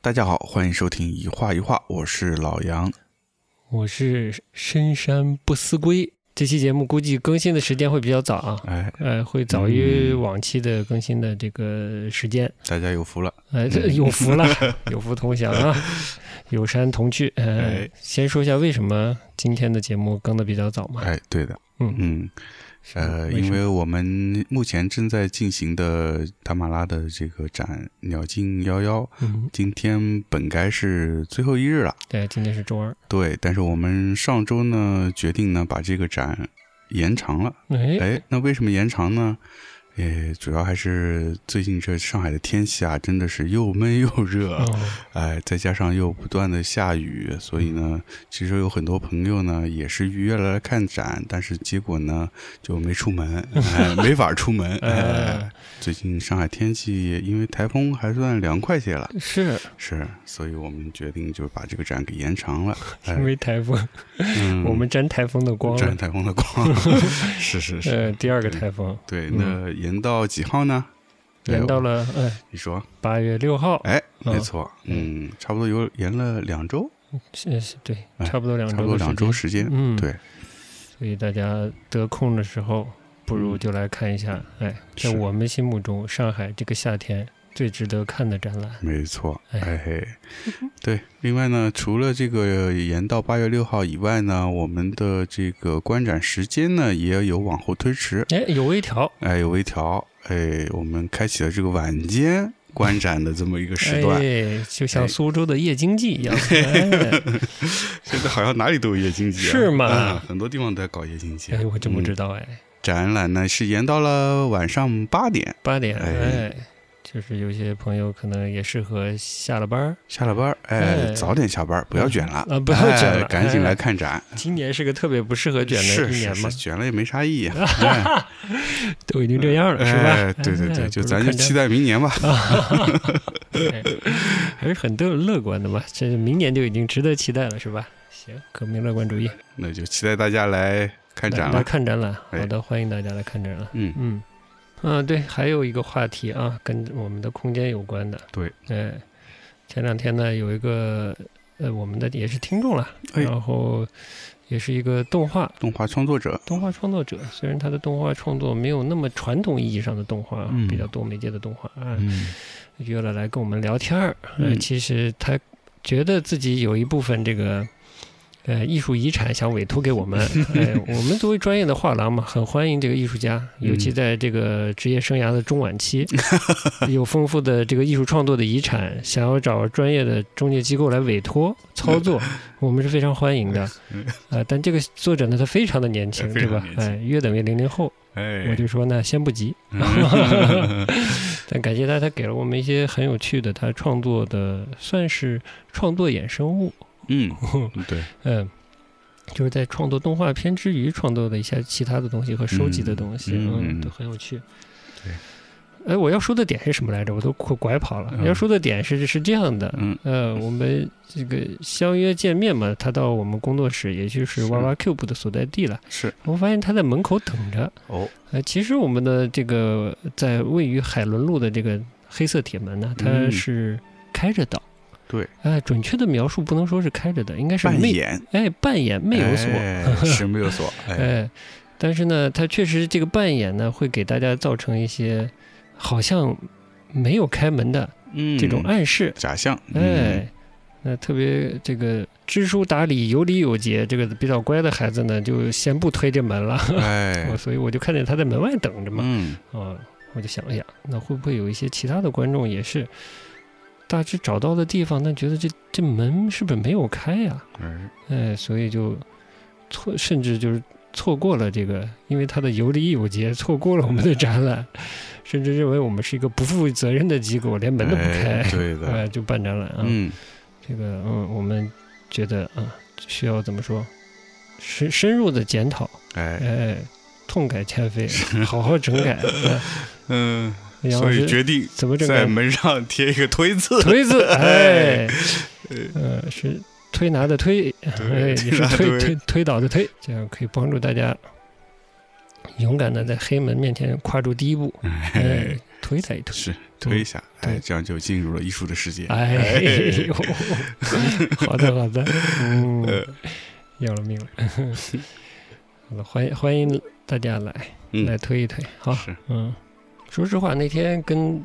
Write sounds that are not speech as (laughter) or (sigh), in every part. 大家好，欢迎收听一画一画，我是老杨。我是深山不思归。这期节目估计更新的时间会比较早啊，哎，呃，会早嗯于往期的更新的这个时间。大家有福了，呃，这嗯有福 (laughs) 了，有福同享啊，有山同去。呃哎，先说一下为什么今天的节目更的比较早嘛？哎，对的，嗯，嗯，呃，什么因为我们目前正在进行的达马拉的这个展《鸟尽夭夭》，嗯，今天本该是最后一日了，对，今天是周二。对，但是我们上周呢决定呢把这个展延长了，哎，哎，那为什么延长呢？诶，主要还是最近这上海的天气啊，真的是又闷又 (laughs) 热，哦，哎，再加上又不断的下雨，所以嗯呢，其实有很多朋友呢也是预约了来看展，但是结果呢就没出门，哎、没法出 (laughs) 门。哎呃，最近上海天气因为台风还算凉快些了，是是，所以我们决定就把这个展给延长 (laughs) 了。哎因为台风，嗯，我们沾台风的光沾了。台风的 (laughs) 光，是是是，呃，第二个台风对。嗯那延到几号呢？哎延到了，呃，你说，八月六号。哎，嗯没错，嗯，差不多有延了两周，是是，对，哎差不多两差周，不多两周。时间。嗯，对，所以大家得空的时候，不如就来看一下。哎，嗯在是我们心目中，上海这个夏天最值得看的展览。没错，哎哎嘿，对。另外呢，除了这个延到八月六号以外呢，我们的这个观展时间呢也有往后推迟，哎，有微调，哎，有微调，哎，我们开启了这个晚间观展的这么一个时段。哎，就哎像苏州的夜经济一 (laughs) 样，哎，现在好像哪里都有夜经济、啊，是吗嗯很多地方都在搞夜经济、哎我真不知道、道哎，展览呢是延到了晚上八点，八点哎哎，就是有些朋友可能也适合下了班儿下了班儿，哎，哎早点下班儿，不要卷了，啊，不要卷哎了，赶紧来哎。看展。今年是个特别不适合卷的是一是年嘛是，，卷了也没啥意义、(laughs) 啊。哎都已经这样了， (laughs) 是哎，吧？对对哎对，就咱不就如看展期待明年吧。哎还是很乐乐观的嘛，这明年就已经值得期待了，是吧？行，革命乐观主义，那就期待大家来看展来来了。看展览，哎好的，欢迎大家来看展览。嗯，嗯，嗯、对，还有一个话题啊，跟我们的空间有关的。对，哎，前两天呢，有一个呃，我们的也是听众了，哎然后也是一个动画动画创作者，动画创作者，虽然他的动画创作没有那么传统意义上的动画，嗯比较多媒介的动画啊，嗯约了来跟我们聊天儿。呃，嗯其实他觉得自己有一部分这个呃艺术遗产想委托 (laughs) 给我们。哎，我们作为专业的画廊嘛，很欢迎这个艺术家，嗯尤其在这个职业生涯的中 (laughs) 晚期，有丰富的这个艺术创作的遗产，想要找专业的中介机构来委托操作，嗯我们是非常欢 (laughs) 迎的。呃，但这个作者呢，他非常的年轻，非对常吧年？轻哎，约等于零零后，我哎，就说呢，先不急。 (laughs) 嗯但感谢他，他给了我们一些很有趣的他创作的，算是创作衍生物， (laughs) 嗯，对，嗯，就是在创作动画片之余创作的一些其他的东西和收集的东西，嗯嗯嗯嗯，都很有趣。对。哎，我要说的点是什么来着？我都快拐跑了。嗯要说的点是是这样的，嗯呃，我们这个相约见面嘛，他到我们工作室，也就是是 YY Cube 的所在地了。是我发现他在门口等着，哦，呃，其实我们的这个在位于海伦路的这个黑色铁门呢，它嗯是开着的。对，呃，准确的描述不能说是开着的，应该是扮没演哎扮演没有锁 (laughs) 哎是没有锁，哎，哎，但是呢，它确实这个扮演呢会给大家造成一些好像没有开门的嗯，这种暗示，假象，嗯，哎，那特别这个知书达理、有礼有节，这个比较乖的孩子呢，就先不推这门了，哎 (laughs) 我，所以我就看见他在门外等着嘛。嗯，啊，我就想，哎呀，那会不会有一些其他的观众也是大致找到的地方，但觉得这这门是不是没有开呀、哎哎，所以就错，甚至就是错过了这个，因为他的有礼有节，错过了我们的展览，甚至认为我们是一个不负责任的机构，连门都不开哎，对的， (laughs) 哎，就办展览啊。嗯，这个，嗯，我们觉得啊，需要怎么说，深深入的检讨，哎，哎，痛改前非，好好整 (laughs) 改。哎嗯，然后所以是决定怎么整在改？门上贴一个推字， (laughs) 推字，哎哎，呃，是推拿的推，哎，也是推推推倒的推，这样可以帮助大家勇敢的在黑门面前跨出第一步，哎哎，，推他一推。是推一下，对哎，这样就进入了艺术的世界。哎呦，好的好的，嗯，呃，要了命 (laughs) 了。好的，欢迎欢迎大家来嗯来推一推，好，是嗯，说实话，那天跟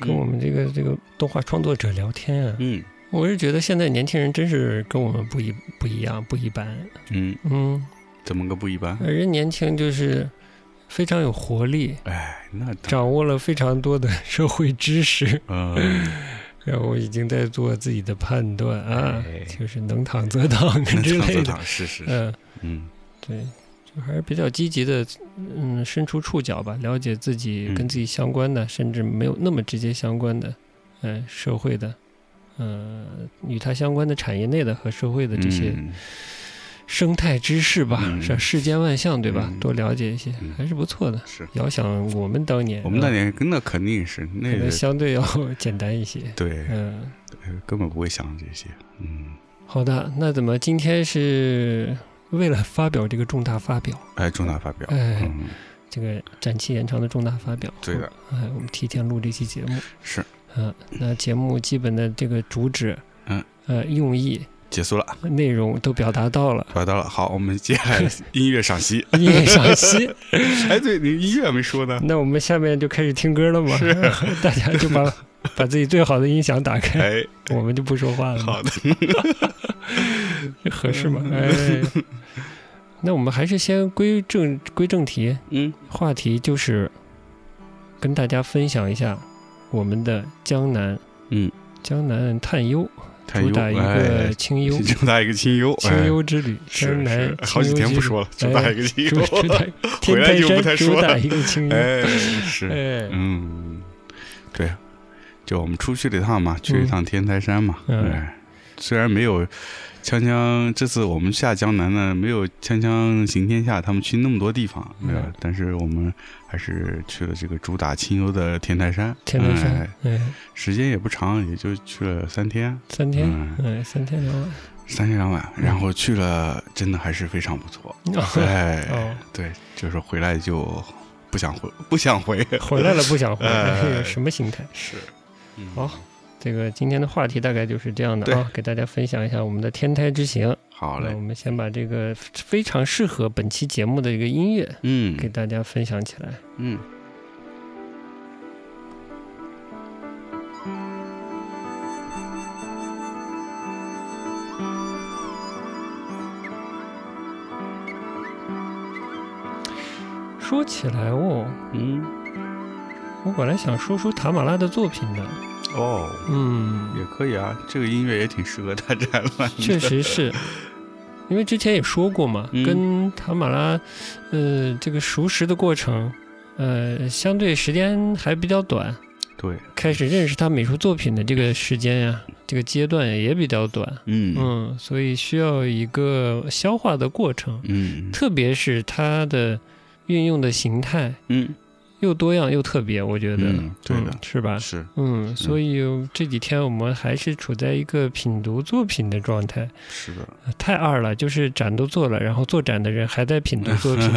跟我们这个这个动画创作者聊天啊，嗯我是觉得现在年轻人真是跟我们不一不一样，不一般。嗯，嗯，怎么个不一般？人年轻就是非常有活力，哎，那当掌握了非常多的 (laughs) 社会知识，呃，然后已经在做自己的判断啊，哎就是能躺则躺 (laughs) 能之躺则类的。躺，是是是，嗯，嗯对，就还是比较积极的，嗯，伸出触角吧，了解自己嗯跟自己相关的，甚至没有那么直接相关的，嗯、社会的。嗯，与它相关的产业内的和社会的这些嗯生态知识吧，嗯是吧世间万象对吧？嗯多了解一些、嗯还是不错的。是遥想我们当年，我们那啊年那肯定是那可能个相对要简单一些。对，哎嗯，根本不会想这些，嗯，好的，那怎么今天是为了发表这个重大发表，哎，重大发表，哎嗯，这个展期延长的重大发表？对的，哎，我们提前录这期节目。是嗯，那节目基本的这个主旨，嗯，呃，用意、结束了，。内容都表达到了 (laughs) 表达了。好，我们接下来音乐赏析。音乐赏析，哎，对你音乐没说 (laughs) 呢，那我们下面就开始听歌了嘛？ (laughs) 大家就把把自己最好的音响打开，哎，我们就不说话了。好嗯的，这合适吗？哎，那我们还是先归正归正题，嗯话题就是跟大家分享一下我们的江南，嗯，江南探幽，太主优打一个哎，清幽，主打一个清幽，清哎幽之旅，江是南是，好几天不说了，主打一个清清幽幽，之旅，主主打 (laughs) 回天来台就不太山主说打了一个清幽，哎，是，哎，嗯，对，就我们出去了一趟嘛，去了一趟天台山嘛，嗯哎，虽然没有。锵锵，这次我们下江南呢，没有锵锵行天下他们去那么多地方，对吧嗯？但是我们还是去了这个主打清幽的天台山。天台哎山，哎，时间也不长，也就去了三天，三天嗯嗯，哎，三天两晚，三天两晚，然后去了，真的还是非常不 (laughs) 错。哎，哦，对，就是回来就不想回，不想回，回来了不想回来，哎这个什么心态？是，嗯好这个今天的话题大概就是这样的啊，给大家分享一下我们的天台之行。好那嘞我，们先把这个非常适合本期节目的一个音乐嗯给大家分享起来。嗯，说起来哦，嗯，我本来想说说塔马拉的作品的，哦，嗯， (laughs) 也可以啊，这个音乐也挺适合大展览啊的，确实是。因为之前也说过嘛，嗯跟塔马拉，呃，这个熟识的过程，呃，相对时间还比较短， (laughs) 对，开始认识他美术作品的这个时间呀、这个阶段也比较短，嗯嗯，所以需要一个消化的过程，嗯特别是它的运用的形态嗯又多样又特别，我觉得，嗯，对嗯的，是吧？是，嗯，所以这几天我们还是处在一个品读作品的状态，是的，呃太二了，就是展都做了，然后做展的人还在品读作品，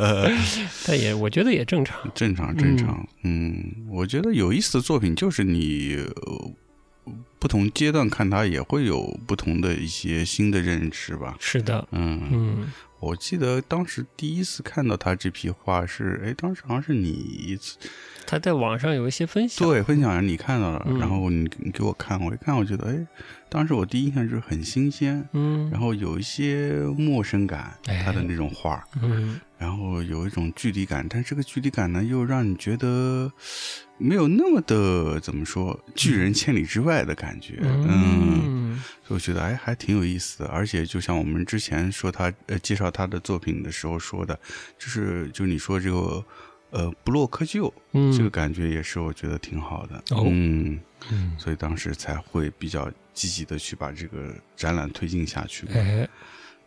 (laughs) 但也我觉得也正常，正常正常，嗯，我觉得有意思的作品就是你呃不同阶段看它也会有不同的一些新的认知吧。是的，嗯，嗯，我记得当时第一次看到他这批画是，哎，当时好像是你一次他在网上有一些分享，对分享，你看到了，嗯然后你你给我看，我一看，我觉得，哎，当时我第一印象就是很新鲜，嗯，然后有一些陌生感，哎他的那种画，嗯，然后有一种距离感，但这个距离感呢，又让你觉得没有那么的怎么说，拒人千里之外的感觉。嗯，嗯所以我觉得哎，还挺有意思的。而且就像我们之前说他呃介绍他的作品的时候说的，就是就你说这个呃不落窠臼，嗯，这个感觉也是我觉得挺好的。哦嗯，嗯，所以当时才会比较积极的去把这个展览推进下去。哎，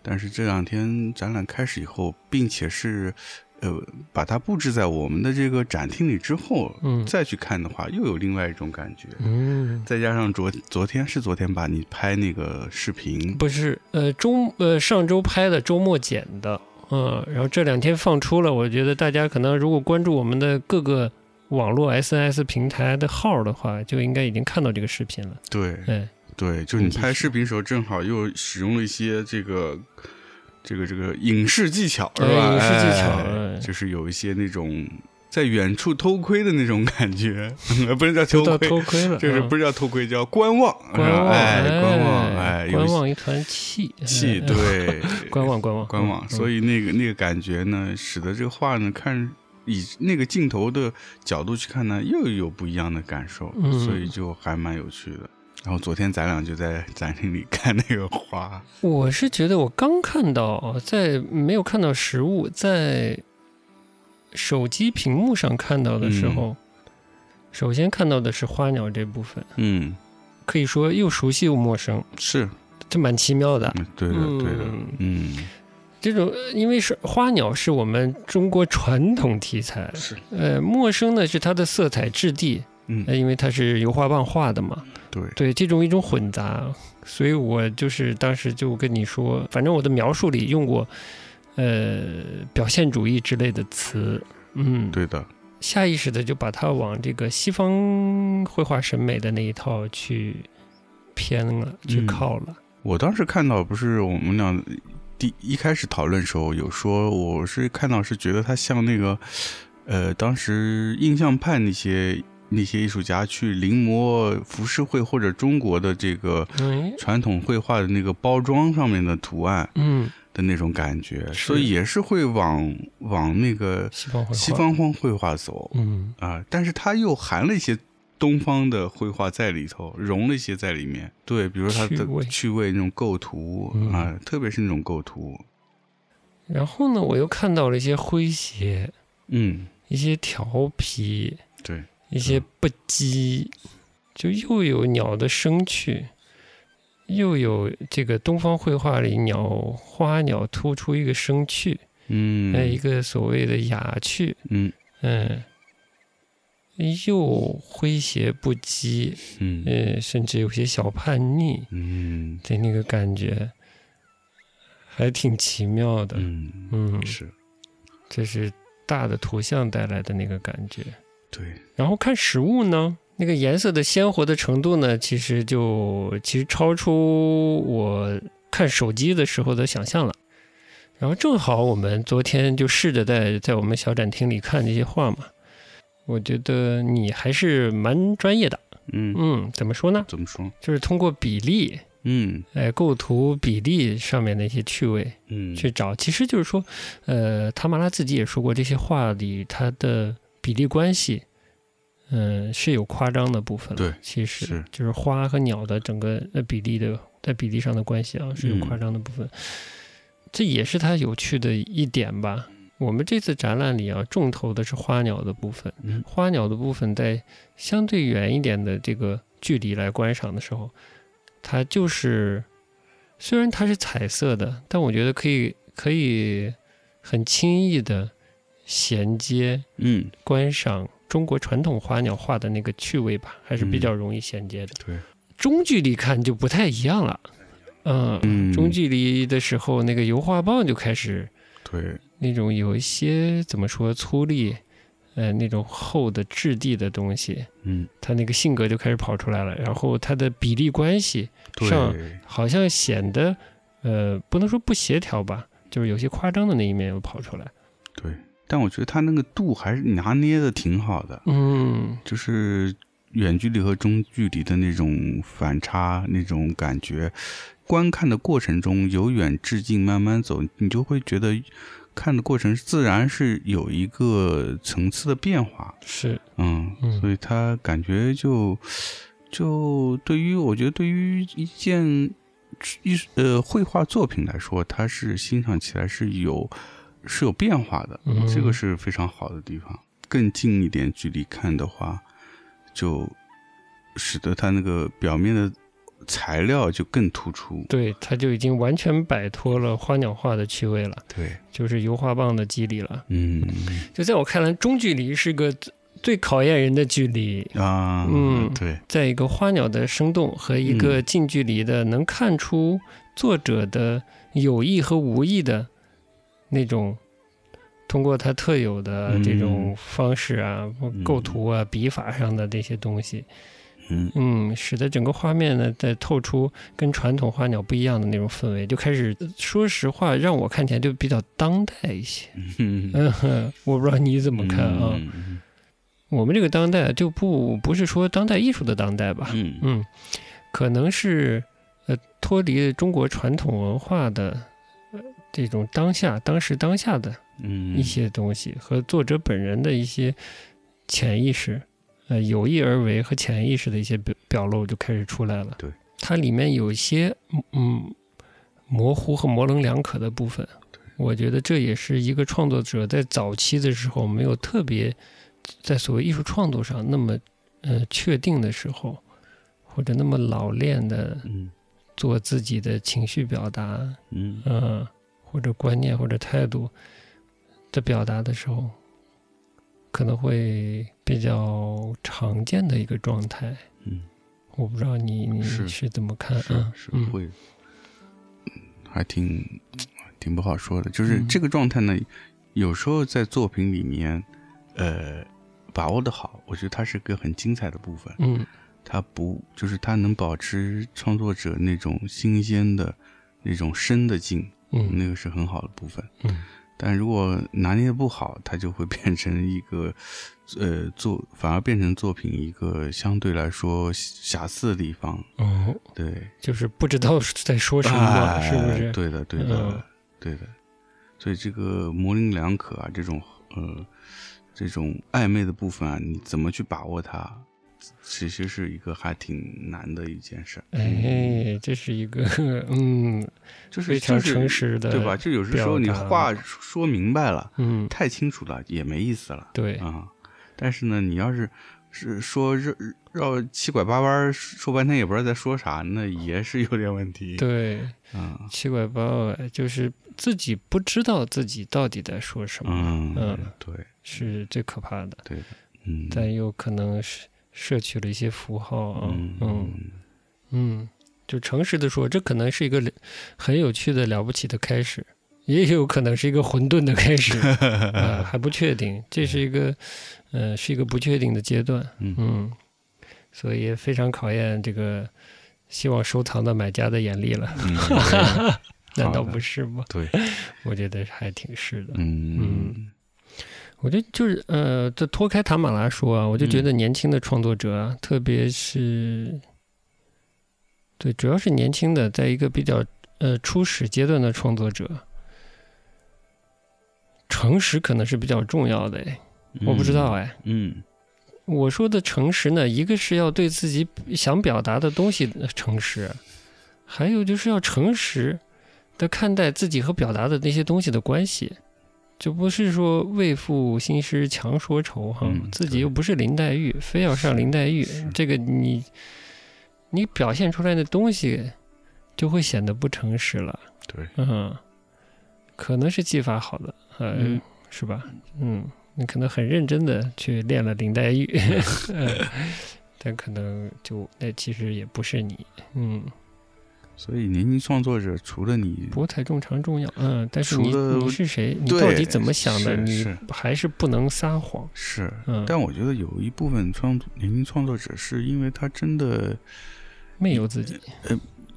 但是这两天展览开始以后，并且是，呃，把它布置在我们的这个展厅里之后，嗯再去看的话，又有另外一种感觉。嗯，再加上昨昨天是昨天吧，你拍那个视频，不是，呃，周呃上周拍的，周末剪的，嗯，然后这两天放出了，我觉得大家可能如果关注我们的各个网络 SNS 平台的号的话，就应该已经看到这个视频了。对哎，对，就是你拍视频时候正好又使用了一些这个这个这个影视技巧，是哎吧？影视技巧哎哎就是有一些那种在远处偷窥的那种感觉， (laughs) 不是叫都偷到窥，偷窥了，这是不是是叫偷窥，叫观望，是吧观望？哎，观望，哎，哎，有一观些望一团气，哎气，，对，哎观望观望观望，所以以那个那个感觉呢，使得这个画呢，看以那个镜头的角度去看呢，又有不一样的感受，嗯所以就还蛮有趣的。然后昨天咱俩就在展厅里看那个花，我是觉得我刚看到，在没有看到实物，在手机屏幕上看到的时嗯候，首先看到的是花鸟这部分，嗯，可以说又熟悉又陌生，是，这蛮奇妙的。嗯对的，嗯对的，嗯，这种，呃因为是花鸟是我们中国传统题材，是，呃，陌生的是它的色彩质地，嗯呃，，因为它是油画棒画的嘛，对，对，这种一种混杂，所以我就是当时就跟你说，反正我的描述里用过，呃，表现主义之类的词，嗯，对的，下意识的就把它往这个西方绘画审美的那一套去偏了，去嗯靠了，我当时看到不是我们俩第一开始讨论时候有说，我是看到是觉得它像那个，呃，当时印象派那些那些艺术家去临摹浮世绘或者中国的这个嗯传统绘画的那个包装上面的图案嗯，的那种感觉，是所以也是会往往那个西方绘画，西，方方绘画走嗯，啊、但是它又含了一些。东方的绘画在里头融了一些在里面，对，比如它趣的味趣味那种构图嗯啊、特别是那种构图，然后呢，我又看到了一些诙谐，嗯，一些调皮，对，嗯一些不羁，就又有鸟的生趣，又有这个东方绘画里鸟花鸟突出一个生趣，嗯，哎、一个所谓的雅趣，嗯嗯，又诙谐不羁，嗯嗯，甚至有些小叛逆嗯的那个感觉，还挺奇妙的，嗯，嗯，是这是大的图像带来的那个感觉。对，然后看实物呢，那个颜色的鲜活的程度呢，其实就其实超出我看手机的时候的想象了。然后正好我们昨天就试着在在我们小展厅里看这些画嘛，我觉得你还是蛮专业的。嗯，嗯，怎么说呢？怎么说？就是通过比例，嗯哎，构图比例上面的一些趣味，嗯，去找。其实就是说，呃，塔马拉自己也说过，这些画里它的比例关系，嗯、是有夸张的部分了对其实是就是花和鸟的整个呃比例的在比例上的关系啊，是有嗯夸张的部分。这也是它有趣的一点吧。我们这次展览里啊，重头的是花鸟的部分。嗯花鸟的部分在相对远一点的这个距离来观赏的时候，它就是虽然它是彩色的，但我觉得可以可以很轻易的衔接嗯，观赏中国传统花鸟画的那个趣味吧，还是嗯比较容易衔接的。对，中距离看就不太一样了，嗯，嗯，中距离的时候，那个油画棒就开始对，那种有一些怎么说粗粝，呃，那种厚的质地的东西，嗯它那个性格就开始跑出来了。然后它的比例关系上对，好像显得，呃，不能说不协调吧，就是有些夸张的那一面又跑出来。对，但我觉得他那个度还是拿捏的挺好的，嗯，就是远距离和中距离的那种反差，那种感觉。观看的过程中，由远至近慢慢走，你就会觉得看的过程自然是有一个层次的变化。是，嗯，嗯所以他感觉就就对于我觉得对于一件艺术呃绘画作品来说，它是欣赏起来是有是有变化的，嗯这个是非常好的地方。更近一点距离看的话，就使得它那个表面的材料就更突出。对，它就已经完全摆脱了花鸟画的趣味了，对，就是油画棒的肌理了。嗯就在我看来，中距离是个最最考验人的距离。啊，嗯对，在一个花鸟的生动和一个近距离的，能看出作者的有意和无意的那种通过他特有的这种方式啊、构图啊、笔法上的这些东西，嗯嗯，使得整个画面呢在透出跟传统花鸟不一样的那种氛围，就开始说实话，让我看起来就比较当代一些。嗯嗯，哼， (laughs) 我不知道你怎么看啊？嗯我们这个当代就不不是说当代艺术的当代吧？嗯嗯，可能是呃脱离中国传统文化的、呃这种当下、当时当下的嗯一些东西和作者本人的一些潜意识，呃有意而为和潜意识的一些表表露就开始出来了。对，它里面有一些嗯模糊和模棱两可的部分，我觉得这也是一个创作者在早期的时候没有特别在所谓艺术创作上那么呃确定的时候，或者那么老练的嗯做自己的情绪表达，嗯嗯，或者观念或者态度的表达的时候，可能会比较常见的一个状态。嗯，我不知道你你是是怎么看是啊？是嗯会，嗯还挺挺不好说的。就是嗯这个状态呢，有时候在作品里面，呃，把握的好，我觉得它是个很精彩的部分。嗯它不就是它能保持创作者那种新鲜的、那种深的劲，嗯那个是很好的部分。嗯但如果拿捏不好，它就会 (laughs) 变成一个，呃，作反而变成作品一个相对来说瑕疵的地方。哦，对，就是不知道在说什么，嗯哎是不是？对的，对的，嗯对的。所以这个模棱两可啊，这种呃，这种暧昧的部分啊，你怎么去把握它，其实是一个还挺难的一件事儿。哎，这是一个 (laughs) 嗯就是非常就是诚实的，对吧？？就有时候你表达话说明白了，嗯，太清楚了也没意思了。对，啊、但是呢，你要是是说绕绕七拐八弯儿说半天也不知道在说啥，那也是有点问题。，对，啊，七拐八拐，就是自己不知道自己到底在说什么，嗯，嗯对是最可怕的。对的，嗯，但又可能是摄取了一些符号啊，嗯嗯嗯，就诚实的说，这可能是一个了很有趣的、了不起的开始，也有可能是一个混沌的开始啊，还不确定，这是一个，呃，是一个不确定的阶段，嗯嗯，所以也非常考验这个希望收藏的买家的眼力了，嗯对 (laughs) 难道好的不是吗？对，我觉得还挺是的，嗯我觉得就是呃，这脱开塔马拉说啊，我就觉得年轻的创作者啊，特别是对，主要是年轻的，在一个比较呃初始阶段的创作者，诚实可能是比较重要的。哎，我不知道，哎，嗯我说的诚实呢，一个是要对自己想表达的东西呃诚实，还有就是要诚实的看待自己和表达的那些东西的关系，就不是说为赋新诗强说愁哈，嗯自己对又不是林黛玉，非要上林黛玉，这个你你表现出来的东西就会显得不诚实了。对，嗯，可能是技法好的，呃，嗯是吧？嗯，你可能很认真的去练了林黛玉， (laughs) 呃但可能就那其实也不是你，嗯，所以年轻创作者除了你，博采众长重要，嗯，但是你除了你是谁，你对到底怎么想的，是你是还是不能撒谎，是，嗯，但我觉得有一部分创作年轻创作者是因为他真的没有自己，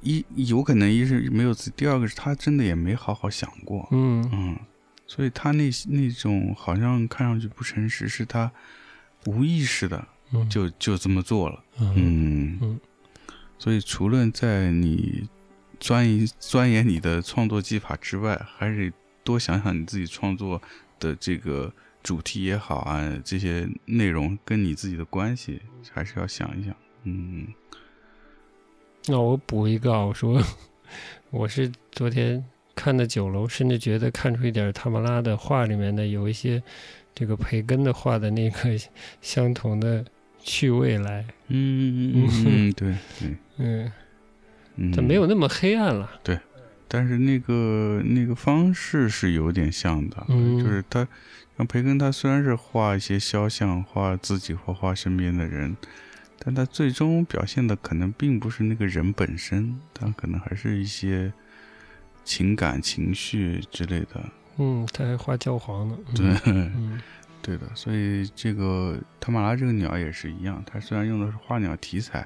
一有可能一是没有自己，第二个是他真的也没好好想过，嗯嗯，所以他那那种好像看上去不诚实，是他无意识的嗯，就就这么做了，嗯嗯嗯所以除了在你钻研钻研你的创作技法之外，还是多想想你自己创作的这个主题也好啊，这些内容跟你自己的关系，还是要想一想，嗯那我补一个啊，我说我是昨天看的九楼，甚至觉得看出一点塔马拉的画里面的有一些这个培根的画的那个相同的趣味来。嗯嗯嗯，对对，嗯，嗯，它没有那么黑暗了。但是那个那个方式是有点像的，嗯就是他像培根，他虽然是画一些肖像，画自己或画身边的人，但他最终表现的可能并不是那个人本身，他可能还是一些情感、情绪之类的。嗯，它还花焦黄呢。嗯对，嗯对的，所以这个塔马拉这个鸟也是一样，它虽然用的是花鸟题材，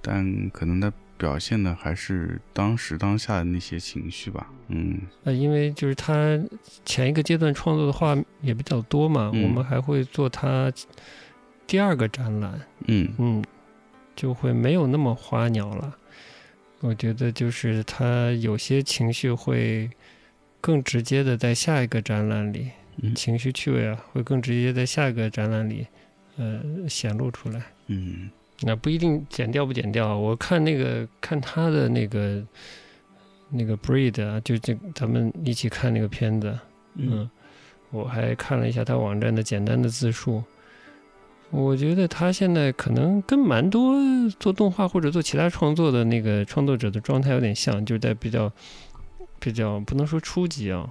但可能它表现的还是当时当下的那些情绪吧。嗯，呃，因为就是他前一个阶段创作的画也比较多嘛，嗯我们还会做他第二个展览，嗯嗯，就会没有那么花鸟了。我觉得就是他有些情绪会更直接的在下一个展览里，嗯情绪趣味啊会更直接在下一个展览里，呃，显露出来。嗯那不一定剪掉不剪掉啊，我看那个看他的那个那个 breed 啊，就这咱们一起看那个片子，嗯，我还看了一下他网站的简单的自述，我觉得他现在可能跟蛮多做动画或者做其他创作的那个创作者的状态有点像，就是在比较比较不能说初级啊，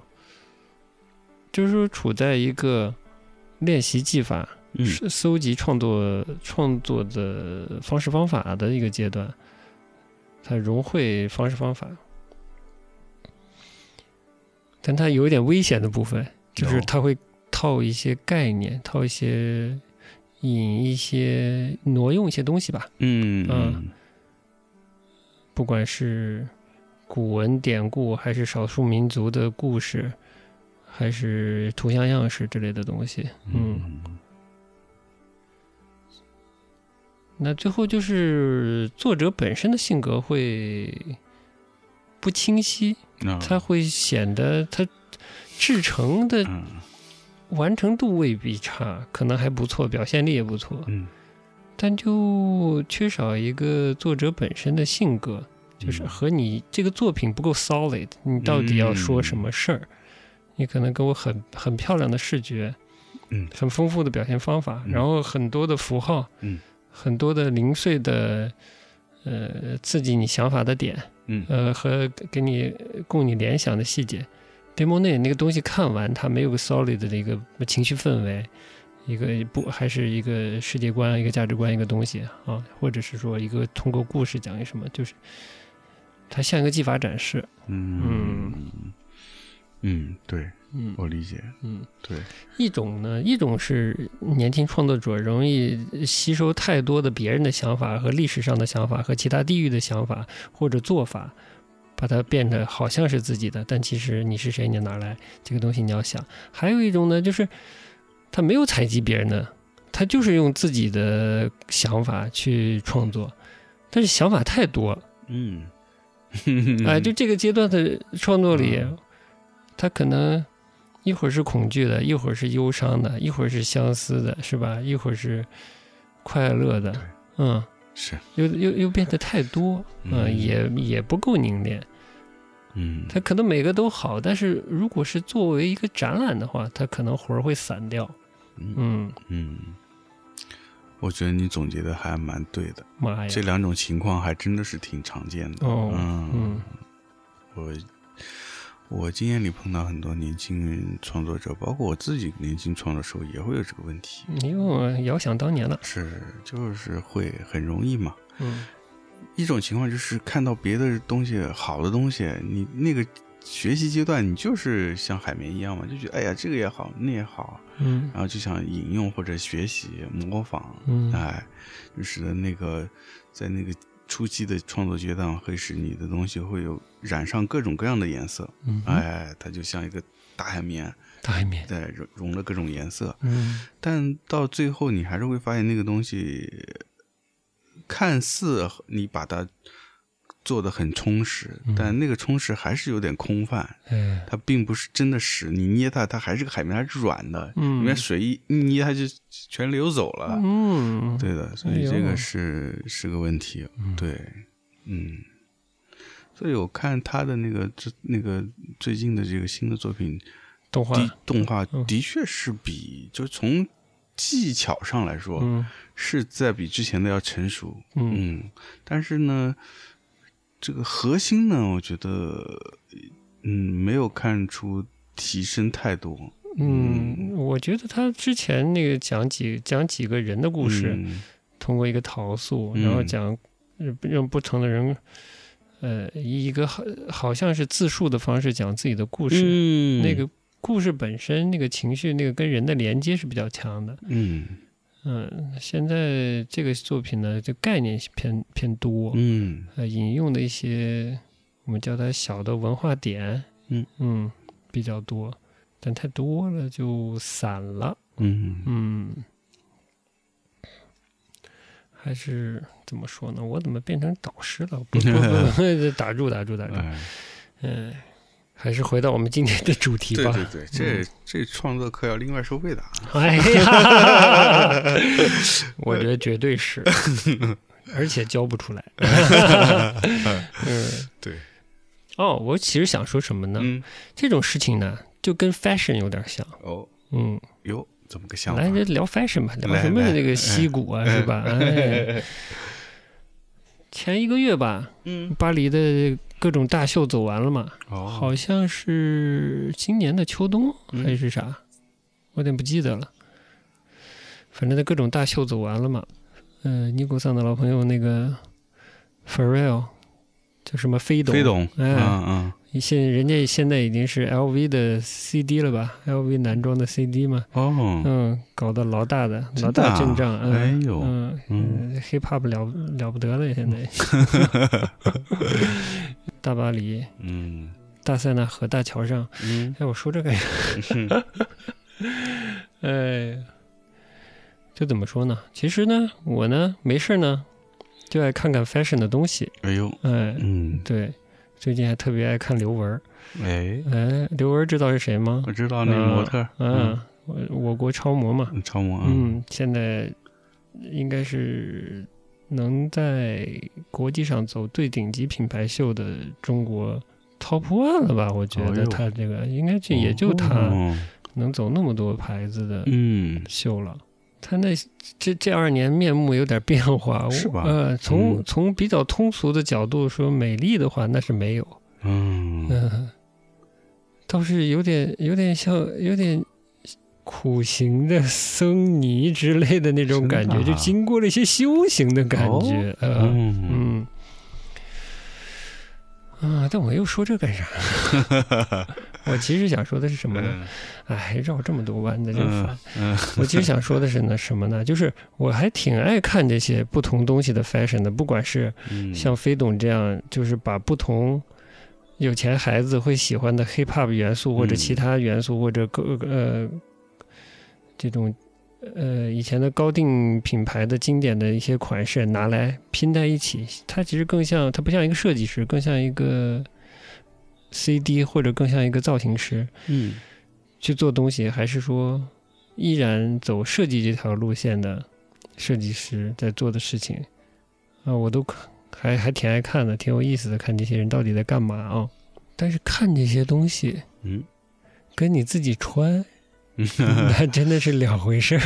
就是说处在一个练习技法、嗯是搜集创作创作的方式方法的一个阶段，它融汇方式方法，但它有一点危险的部分，就是有它会套一些概念，套一些引一些挪用一些东西吧，嗯嗯不管是古文典故，还是少数民族的故事，还是图像样式之类的东西，嗯那最后就是作者本身的性格会不清晰，那他会显得他制成的嗯完成度未必差，可能还不错，表现力也不错，嗯但就缺少一个作者本身的性格，就是嗯和你这个作品不够 solid，你到底要说什么事儿？你可能给我很很漂亮的视觉，嗯很丰富的表现方法，嗯然后很多的符号，嗯，很多的零碎的，呃，刺激你想法的点，嗯呃，和给你供你联想的细节。demo 内那个东西看完，它没有个 solid 的一个情绪氛围，一个不还是一个世界观、一个价值观、一个东西啊，或者是说一个通过故事讲一什么，就是它像一个技法展示。嗯嗯，对嗯我理解，嗯，对，一种呢，一种是年轻创作者容易吸收太多的别人的想法和历史上的想法和其他地域的想法或者做法，把它变得好像是自己的，但其实你是谁，你哪来这个东西你要想。还有一种呢，就是他没有采集别人的，他就是用自己的想法去创作，但是想法太多了。嗯， (laughs) 哎，就这个阶段的创作里嗯，他可能一会儿是恐惧的，一会儿是忧伤的，一会儿是相思的，是吧？一会儿是快乐的对，嗯，是，又又又变得太多，嗯，嗯也也不够凝练。嗯，他可能每个都好，但是如果是作为一个展览的话，他可能魂儿会散掉。嗯嗯，嗯，我觉得你总结的还蛮对的。妈哎呀这，两种情况还真的是挺常见的。哦嗯嗯，我我经验里碰到很多年轻人创作者，包括我自己年轻创作时候也会有这个问题，因为我遥想当年了。是就是会很容易嘛。嗯一种情况就是看到别的东西好的东西，你那个学习阶段你就是像海绵一样嘛，就觉得哎呀这个也好，那也好，嗯然后就想引用或者学习模仿，嗯哎，就使得那个在那个初期的创作阶段，会使你的东西会有染上各种各样的颜色，嗯，哎，它就像一个大海绵，大海绵。在融融了各种颜色，嗯但到最后你还是会发现那个东西，看似你把它做的很充实，嗯但那个充实还是有点空泛，哎，它并不是真的实，你捏它，它还是个海绵，还是软的，嗯里面水一一捏它就全流走了。嗯，对的，所哎以这呦个是、是个问题，对，嗯，所以我看他的那个这那个最近的这个新的作品，动画。的动画嗯的确是比、就从技巧上来说、嗯是在比之前的要成熟，嗯嗯，但是呢，这个核心呢，我觉得嗯没有看出提升太多，嗯，我觉得他之前那个讲几讲几个人的故事，嗯通过一个桃塑，嗯然后讲呃让不同的人，呃，以一个好好像是自述的方式讲自己的故事。嗯，那个故事本身那个情绪那个跟人的连接是比较强的。嗯嗯，现在这个作品呢，就概念性偏偏多，嗯呃，引用的一些我们叫它小的文化点，嗯嗯，比较多，但太多了就散了。嗯嗯，还是怎么说呢？我怎么变成导师了？不不 (laughs) 不，打住打住打住。哎，嗯，还是回到我们今天的主题对吧。 (laughs) 对对，这嗯这创作课要另外收费的啊。哎呀，我觉得绝对是，而且教不出 (laughs) 来。嗯，对，哦，我其实想说什么呢？嗯，这种事情呢，就跟 fashion 有点像。哦嗯，哟，怎么个想法来？这聊 fashion 吧，聊来什么来嗯那个西谷啊，(laughs) 是吧？哎，前一个月吧，嗯，巴黎的各种大秀走完了嘛，哦，好像是今年的秋冬嗯还是啥，我有点不记得了。反正他各种大秀走完了嘛，嗯、尼古桑的老朋友那个 Pharrell 叫什么飞董，飞董，哎嗯现人家现在已经是 LV 的 CD 了吧？LV 男装的 CD 嘛，嗯，哦，嗯，搞得老大的真的啊老大阵仗，嗯、哎呦嗯嗯呃，hiphop 了了不得了，(laughs) 现在，大巴黎、嗯大塞纳河大桥上。嗯哎，我说这干啥？ (laughs) 哎，这怎么说呢？其实呢，我呢没事儿呢，就爱看看 fashion 的东西。哎呦，哎，嗯，对，最近还特别爱看刘雯儿。哎，哎，刘雯儿知道是谁吗我？知道那个模特儿，嗯，我我国超模嘛。嗯，超模啊，嗯，现在应该是能在国际上走最顶级品牌秀的中国 top one 了吧？我觉哎得呦他这个应该就也就他。哦，能走那么多牌子的嗯秀了。他那这这二年面目有点变化，我是吧呃，从嗯从比较通俗的角度说美丽的话，那是没有，嗯，嗯、倒是有点有点像有点苦行的僧尼之类的那种感觉，真的就啊经过了一些修行的感觉，呃，嗯嗯，啊，但我又说这干啥？我其实想说的是什么呢？哎，绕这么多弯的真烦。嗯我其实想说的是呢，什么呢？就是我还挺爱看这些不同东西的 fashion 的，不管是嗯，像飞董这样，就是把不同有钱孩子会喜欢的 hip hop 元素，或嗯者其他元素，或者各呃这种呃以前的高定品牌的经典的一些款式拿来拼在一起，它其实更像，它不像一个设计师，更像一个 CD 或者更像一个造型师。嗯去做东西，还是说依然走设计这条路线的设计师在做的事情啊、我都可还还挺爱看的，挺有意思的，看这些人到底在干嘛啊、但是看这些东西嗯，跟你自己 (laughs) 穿，嗯那真的是两 (laughs) 回事儿。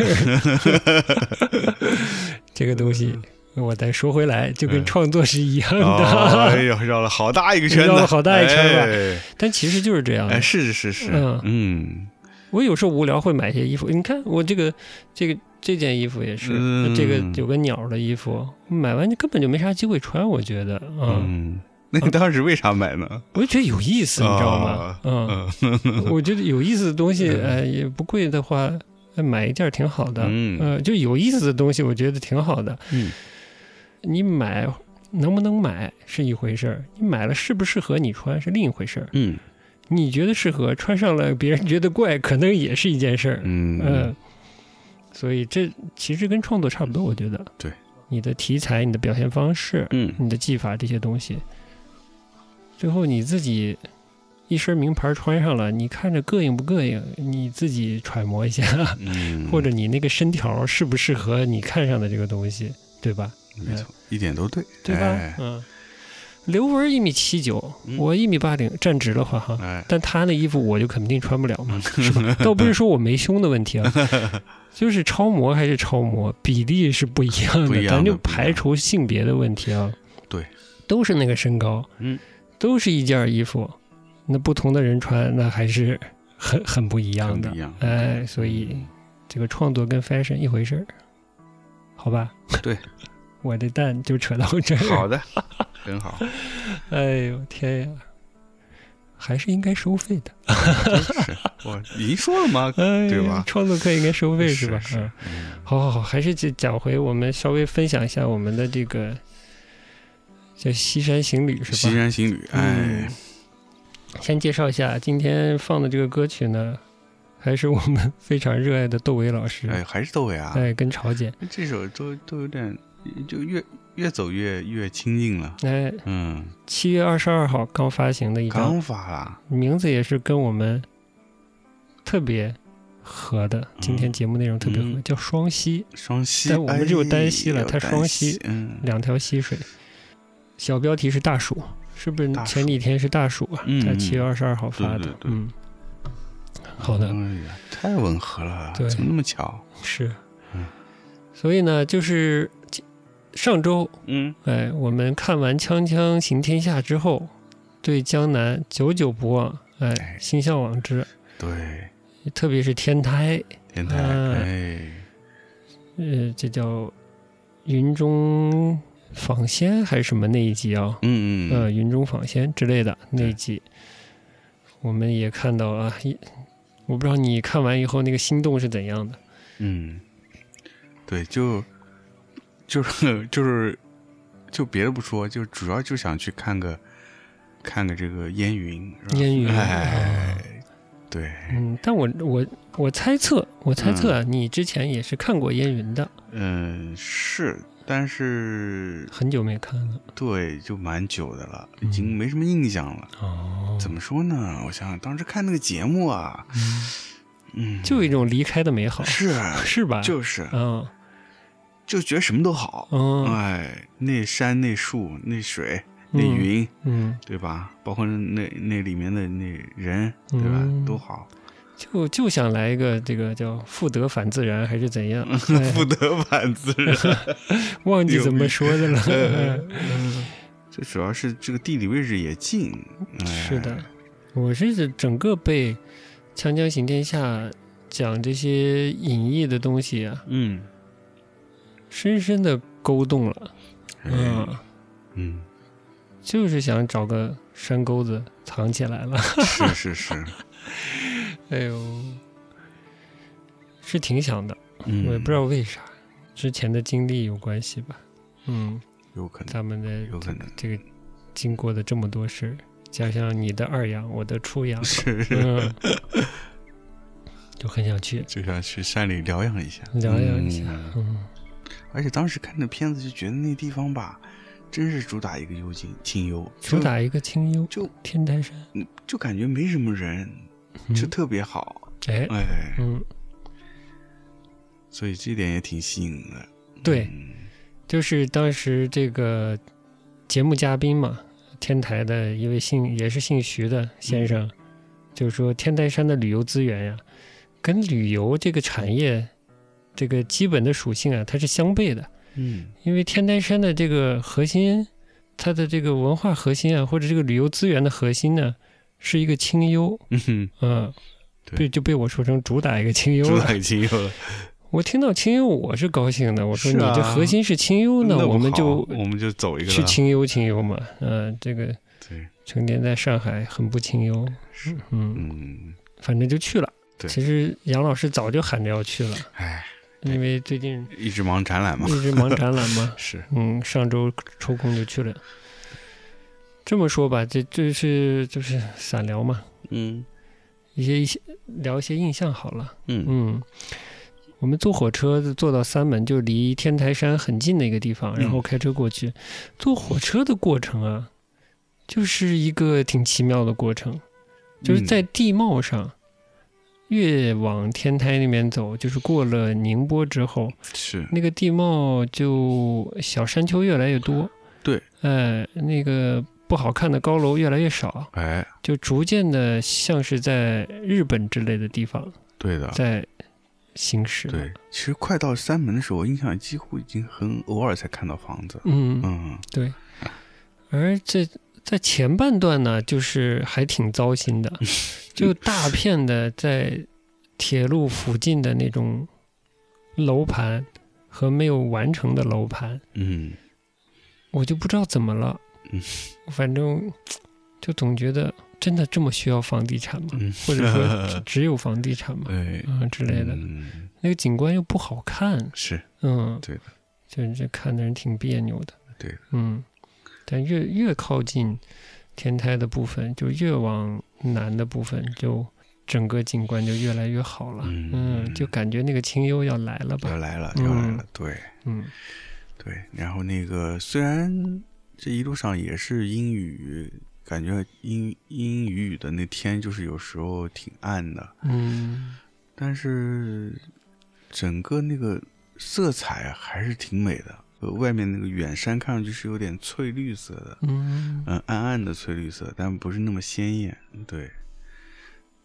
这个东西，我再说回来，就跟嗯创作是一样哦的，哎呦，绕了好大一个圈子，绕了好大一圈儿吧？ (laughs) 但其实就是这样的哎，。是是是是，嗯我有时候无聊会买一些衣服，你看我这个这个这件衣服也是，嗯这个有个鸟的衣服，买完就根本就没啥机会穿，我觉得啊，嗯，那你当时为啥买呢？我就觉得有意思，你知道吗啊？嗯，嗯 (laughs) 我觉得有意思的东西，呃，也不贵的话，呃买一件挺好的，嗯呃，就有意思的东西，我觉得挺好的。嗯你买能不能买是一回事儿，你买了适不适合你穿是另一回事儿。嗯你觉得适合，穿上了别人觉得怪，可能也是一件事儿。嗯嗯，，所以这其实跟创作差不多，我觉得。对，你的题材、你的表现方式、嗯你的技法这些东西，最后你自己一身名牌穿上了，你看着膈应不膈应？你自己揣摩一下，嗯，或者你那个身条适不适合你看上的这个东西，对吧？没错，一点都对，哎对吧？哎嗯。刘雯一米七九，嗯我一米八零，站直了话哈。哎，但他那衣服我就肯定穿不了嗯嘛，(laughs) 是吧？倒不是说我没胸的问题啊，就是超模还是超模，比例是不一样不的，一样的咱就不一样排除性别的问题啊。对，都是那个身高，嗯，都是一件衣服，那不同的人穿，那还是很很不一样很不的一。样，哎，所以这个创作跟 fashion 一回事儿，好吧？ (laughs) 对， (laughs) 我的蛋就扯到这儿。嗯好的， (laughs) 很好，哎呦天呀，还是应该收费的，真是我您说了吗？哎、对吧创作课应该收费是吧？是嗯，嗯好好好，还是讲讲回我们稍微分享一下我们的这个叫西山行旅是吧？嗯西山行旅，哎，先介绍一下今天放的这个歌曲呢，还是我们非常热爱的窦唯老师，哎，还是窦唯啊，哎，跟朝姐，这首都都有点，就越越走越越亲近了。哎，嗯，七月二十二号刚发行的一张，刚发啦，名字也是跟我们特别合的，今天节目内容特别合，嗯叫双溪，双溪，但我们哎只有单溪了有它单双溪溪，嗯，两条溪水，小标题是大暑，是不是大暑前几天是大暑啊？嗯在七月二十二号发的，对对对嗯，好的，哎呀，太吻合了，对怎么那么巧？是嗯，所以呢，就是上周嗯，哎，我们看完《锵锵行天下》之后，对江南久久不忘，哎哎，心向往之。对，特别是天台，天台，嗯哎，呃，这叫云中访仙还是什么那一集啊？嗯呃，嗯，云中访仙之类的那一对集，我们也看到啊，一我不知道你看完以后那个心动是怎样的。嗯，对，就就是就是就别的不说，就主要就想去看个看个这个烟云，是吧烟云啊哎，对，嗯，但我我我猜测，我猜测啊，你之前也是看过烟云的，嗯是，但是很久没看了。对，就蛮久的了，已嗯经没什么印象了。哦怎么说呢？我想想，当时看那个节目啊，嗯，就有一种离开的美好，是是吧？就是嗯就觉得什么都好，嗯哎，那山那树那水那嗯云，嗯，对吧？包括那那里面的那人，对吧？嗯都 (laughs) 好，就就想来一个这个叫复得反自然还是怎样？嗯哎不得反自然。忘记怎么说的 (laughs) 了。嗯 (laughs) 哎这主要是这个地理位置也近，哎是的，，我是整个被《锵锵行天下》讲这些隐逸的东西啊，嗯，深深的勾动了。哎嗯，嗯，就是想找个山沟子藏起来了。 (laughs) 是是是，哎呦，是挺想的，嗯，我也不知道为啥，之前的经历有关系吧。嗯，有可能，咱们的有可能，这个经过的这么多事儿，加上你的二阳，我的初阳 (laughs) 是嗯，就很想去就想去山里疗养一下，疗养一下嗯。嗯，而且当时看那片子就觉得那地方吧，真是主打一个幽静清幽，主就打一个清幽，就天台山，就感觉没什么人，嗯就特别好，哎，哎，嗯，所以这点也挺吸引人的。对嗯，就是当时这个节目嘉宾嘛，天台的一位姓也是姓徐的嗯先生，就说天台山的旅游资源呀，跟旅游这个产业这个基本的属性啊，它是相悖的。嗯，因为天台山的这个核心，它的这个文化核心啊，或者这个旅游资源的核心呢，是一个清幽，嗯哼，嗯，对被就被我说成主打一个清幽主了。打清幽了。我听到清幽，我是高兴的。我说是你啊这核心是清幽呢，那不我们好就我们就走一个去了清幽清幽嘛。嗯、这个对，成天在上海很不清幽，是，嗯，嗯，反正就去了。对其实杨老师早就喊着要去了，哎，对因为最近一直忙展览嘛，，一直忙展览 (laughs) 嘛是，嗯，上周抽空就去了。这么说吧，这这是就是散聊嘛，嗯一些一些聊一些印象好了。嗯嗯，我们坐火车坐到三门，就离天台山很近的一个地方，嗯然后开车过去。坐火车的过程啊，就是一个挺奇妙的过程，嗯就是在地貌上。越往天台那边走，就是过了宁波之后，是，那个地貌就小山丘越来越多，对，呃，那个不好看的高楼越来越少，哎，就逐渐的像是在日本之类的地方对的，在行驶。啊对，其实快到山门的时候，我印象几乎已经很偶尔才看到房子，嗯，嗯，对。而这在前半段呢，就是还挺糟心 (laughs) 的，就大片的在铁路附近的那种楼盘，和没有完成的楼盘，嗯我就不知道怎么了嗯，反正就总觉得真的这么需要房地产吗？嗯，或者 (laughs) 说只只有房地产吗？对嗯之类的，嗯那个景观又不好看，是嗯，对的，就是这看的人挺别扭的，对的嗯，但越越靠近天台的部分，就越往南的部分，就整个景观就越来越好了，嗯嗯，就感觉那个清幽要来了要吧，来了嗯要来了，对嗯对。然后那个虽然这一路上也是阴雨，感觉阴阴雨雨的那天就是有时候挺暗的，嗯，但是整个那个色彩还是挺美的。呃，外面那个远山看上去是有点翠绿色的，嗯，嗯，暗暗的翠绿色，但不是那么鲜艳。对，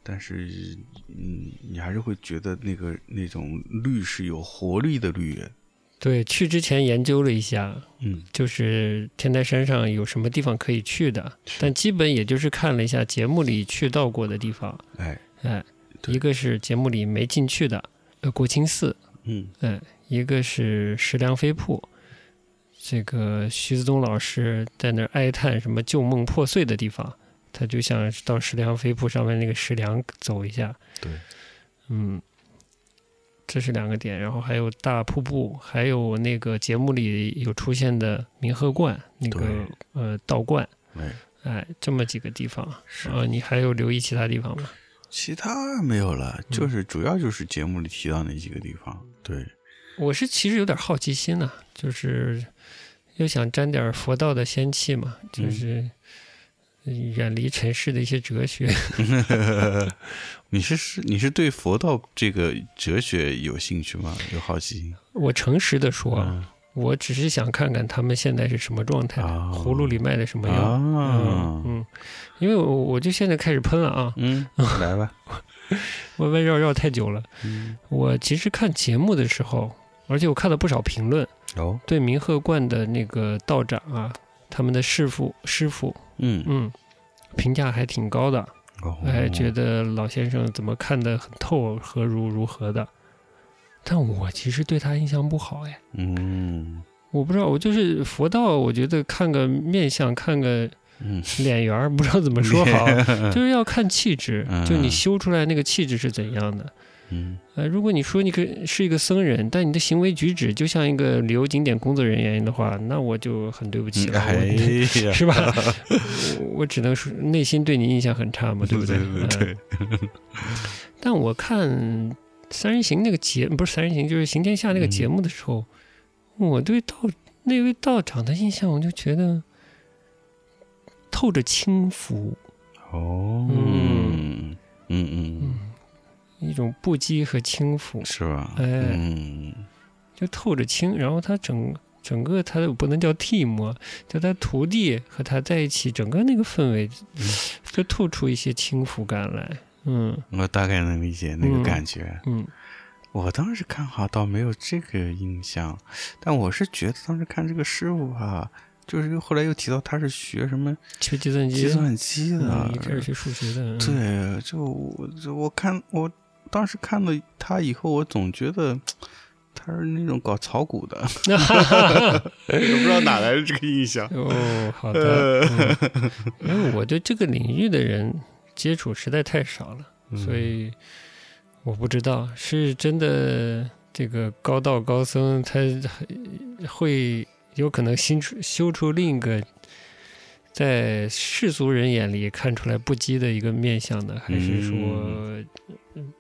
但是嗯，你还是会觉得那个那种绿是有活力的绿。对，去之前研究了一下，嗯，就是天台山上有什么地方可以去的，但基本也就是看了一下节目里去到过的地方，哎，哎，对一个是节目里没进去的，呃，国清寺，嗯嗯，一个是石梁飞瀑，这个徐子东老师在那儿哀叹什么旧梦破碎的地方，他就想到石梁飞瀑上面那个石梁走一下。对，嗯，这是两个点，然后还有大瀑布，还有那个节目里有出现的明鹤观那个对呃道观，哎，哎，这么几个地方。是啊，你还有留意其他地方吗？其他没有了，就是主要就是节目里提到那几个地方。对，我是其实有点好奇心呐、就是又想沾点佛道的仙气嘛，嗯就是远离尘世的一些哲学。 (laughs) (laughs) 你是是你是对佛道这个哲学有兴趣吗？有好奇心？我诚实的说，啊我只是想看看他们现在是什么状态，啊哎葫芦里卖的什么药。嗯啊，嗯，因为我我就现在开始喷了啊，嗯，来吧，弯弯绕绕太久了。嗯，我其实看节目的时候，而且我看了不少评论，哦，对明鹤观的那个道长啊，他们的师傅师傅，嗯，嗯，评价还挺高的。哦哎，觉得老先生怎么看得很透，何如如何的。但我其实对他印象不好，哎，嗯我不知道，我就是佛道，我觉得看个面相，看个嗯，脸圆儿，不知道怎么 (laughs) 说好， (laughs) 就是要看气质，嗯就你修出来那个气质是怎样的。嗯呃，如果你说你个是一个僧人，但你的行为举止就像一个旅游景点工作人员的话，那我就很对不起了，哎我 (laughs) 呀， (laughs) 是吧？我我只能说内心对你印象很差嘛，对 (laughs) 不对嗯对，但我看《三人行》那个节，不是《三人行》，就是《行天下》那个节目的时候，我对道那位道长的印象，我就觉得嗯透着轻浮，哦，嗯嗯嗯，一种不羁和轻浮嗯，，是吧？哎嗯就透着轻。然后他整整个他的不能叫 team，啊就他徒弟和他在一起，整个那个氛围嗯就透出一些轻浮感来。嗯我大概能理解那个嗯感觉。嗯我当时看哈倒没有这个印象，但我是觉得当时看这个师傅吧，就是又后来又提到他是学什么学计算机计，算机的嗯，一开始学数学的，嗯，对，就我就我看我当时看了他以后，我总觉得他是那种搞炒股 (laughs) 的，我不知道哪来的这个印象。哦，好的。呃嗯因为我对这个领域的人接触实在太少了，嗯所以我不知道是真的这个高道高僧他会有可能新出修出另一个在世俗人眼里看出来不羁的一个面相呢，还是说嗯嗯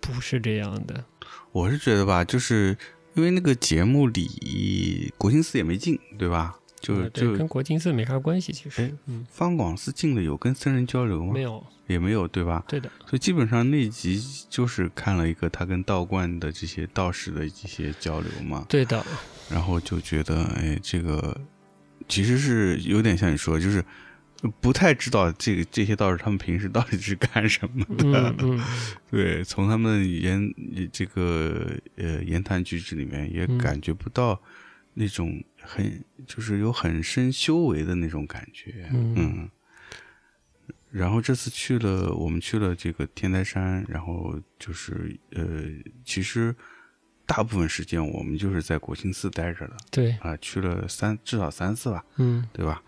不是这样的？我是觉得吧，就是因为那个节目里国清寺也没进，对吧？就呃对就跟国金寺没啥关系，其实哎嗯方广寺进了有跟僧人交流吗没？有，也没有，对吧？对的，所以基本上那集就是看了一个他跟道观的这些道士的这些交流嘛。对 (laughs) 的，然后就觉得，哎，这个其实是有点像你说的，就是不太知道这个这些道士他们平时到底是干什么 (laughs) 的。嗯嗯。对，从他们言这个呃言谈举止里面也嗯感觉不到那种很、就是有很深修为的那种感觉。嗯嗯然后这次去了，我们去了这个天台山，然后就是呃，其实大部分时间我们就是在国清寺待着的对，啊、去了三至少三次吧，嗯对吧？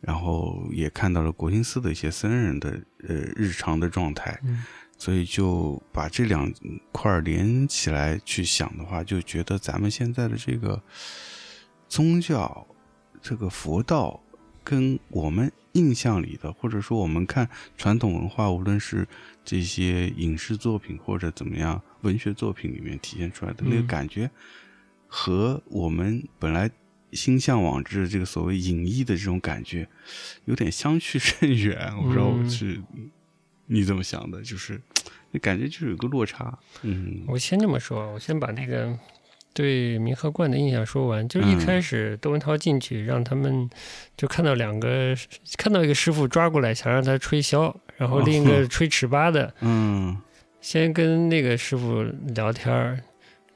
然后也看到了国清寺的一些僧人的呃日常的状态，嗯所以就把这两块儿连起来去想的话，就觉得咱们现在的这个宗教、这个佛道，跟我们印象里的，或者说我们看传统文化，无论是这些影视作品或者怎么样文学作品里面体现出来的那个嗯感觉，和我们本来心向往之的这个所谓隐逸的这种感觉，有点相去甚远。我不知道嗯是你怎么想的，就是那感觉就是有个落差。嗯我先这么说，我先把那个对明和观的印象说完。就是一嗯开始窦文涛进去，让他们就看到两个，看到一个师傅抓过来，想让他吹箫，然后另一个吹尺八的，嗯先跟那个师傅聊天儿，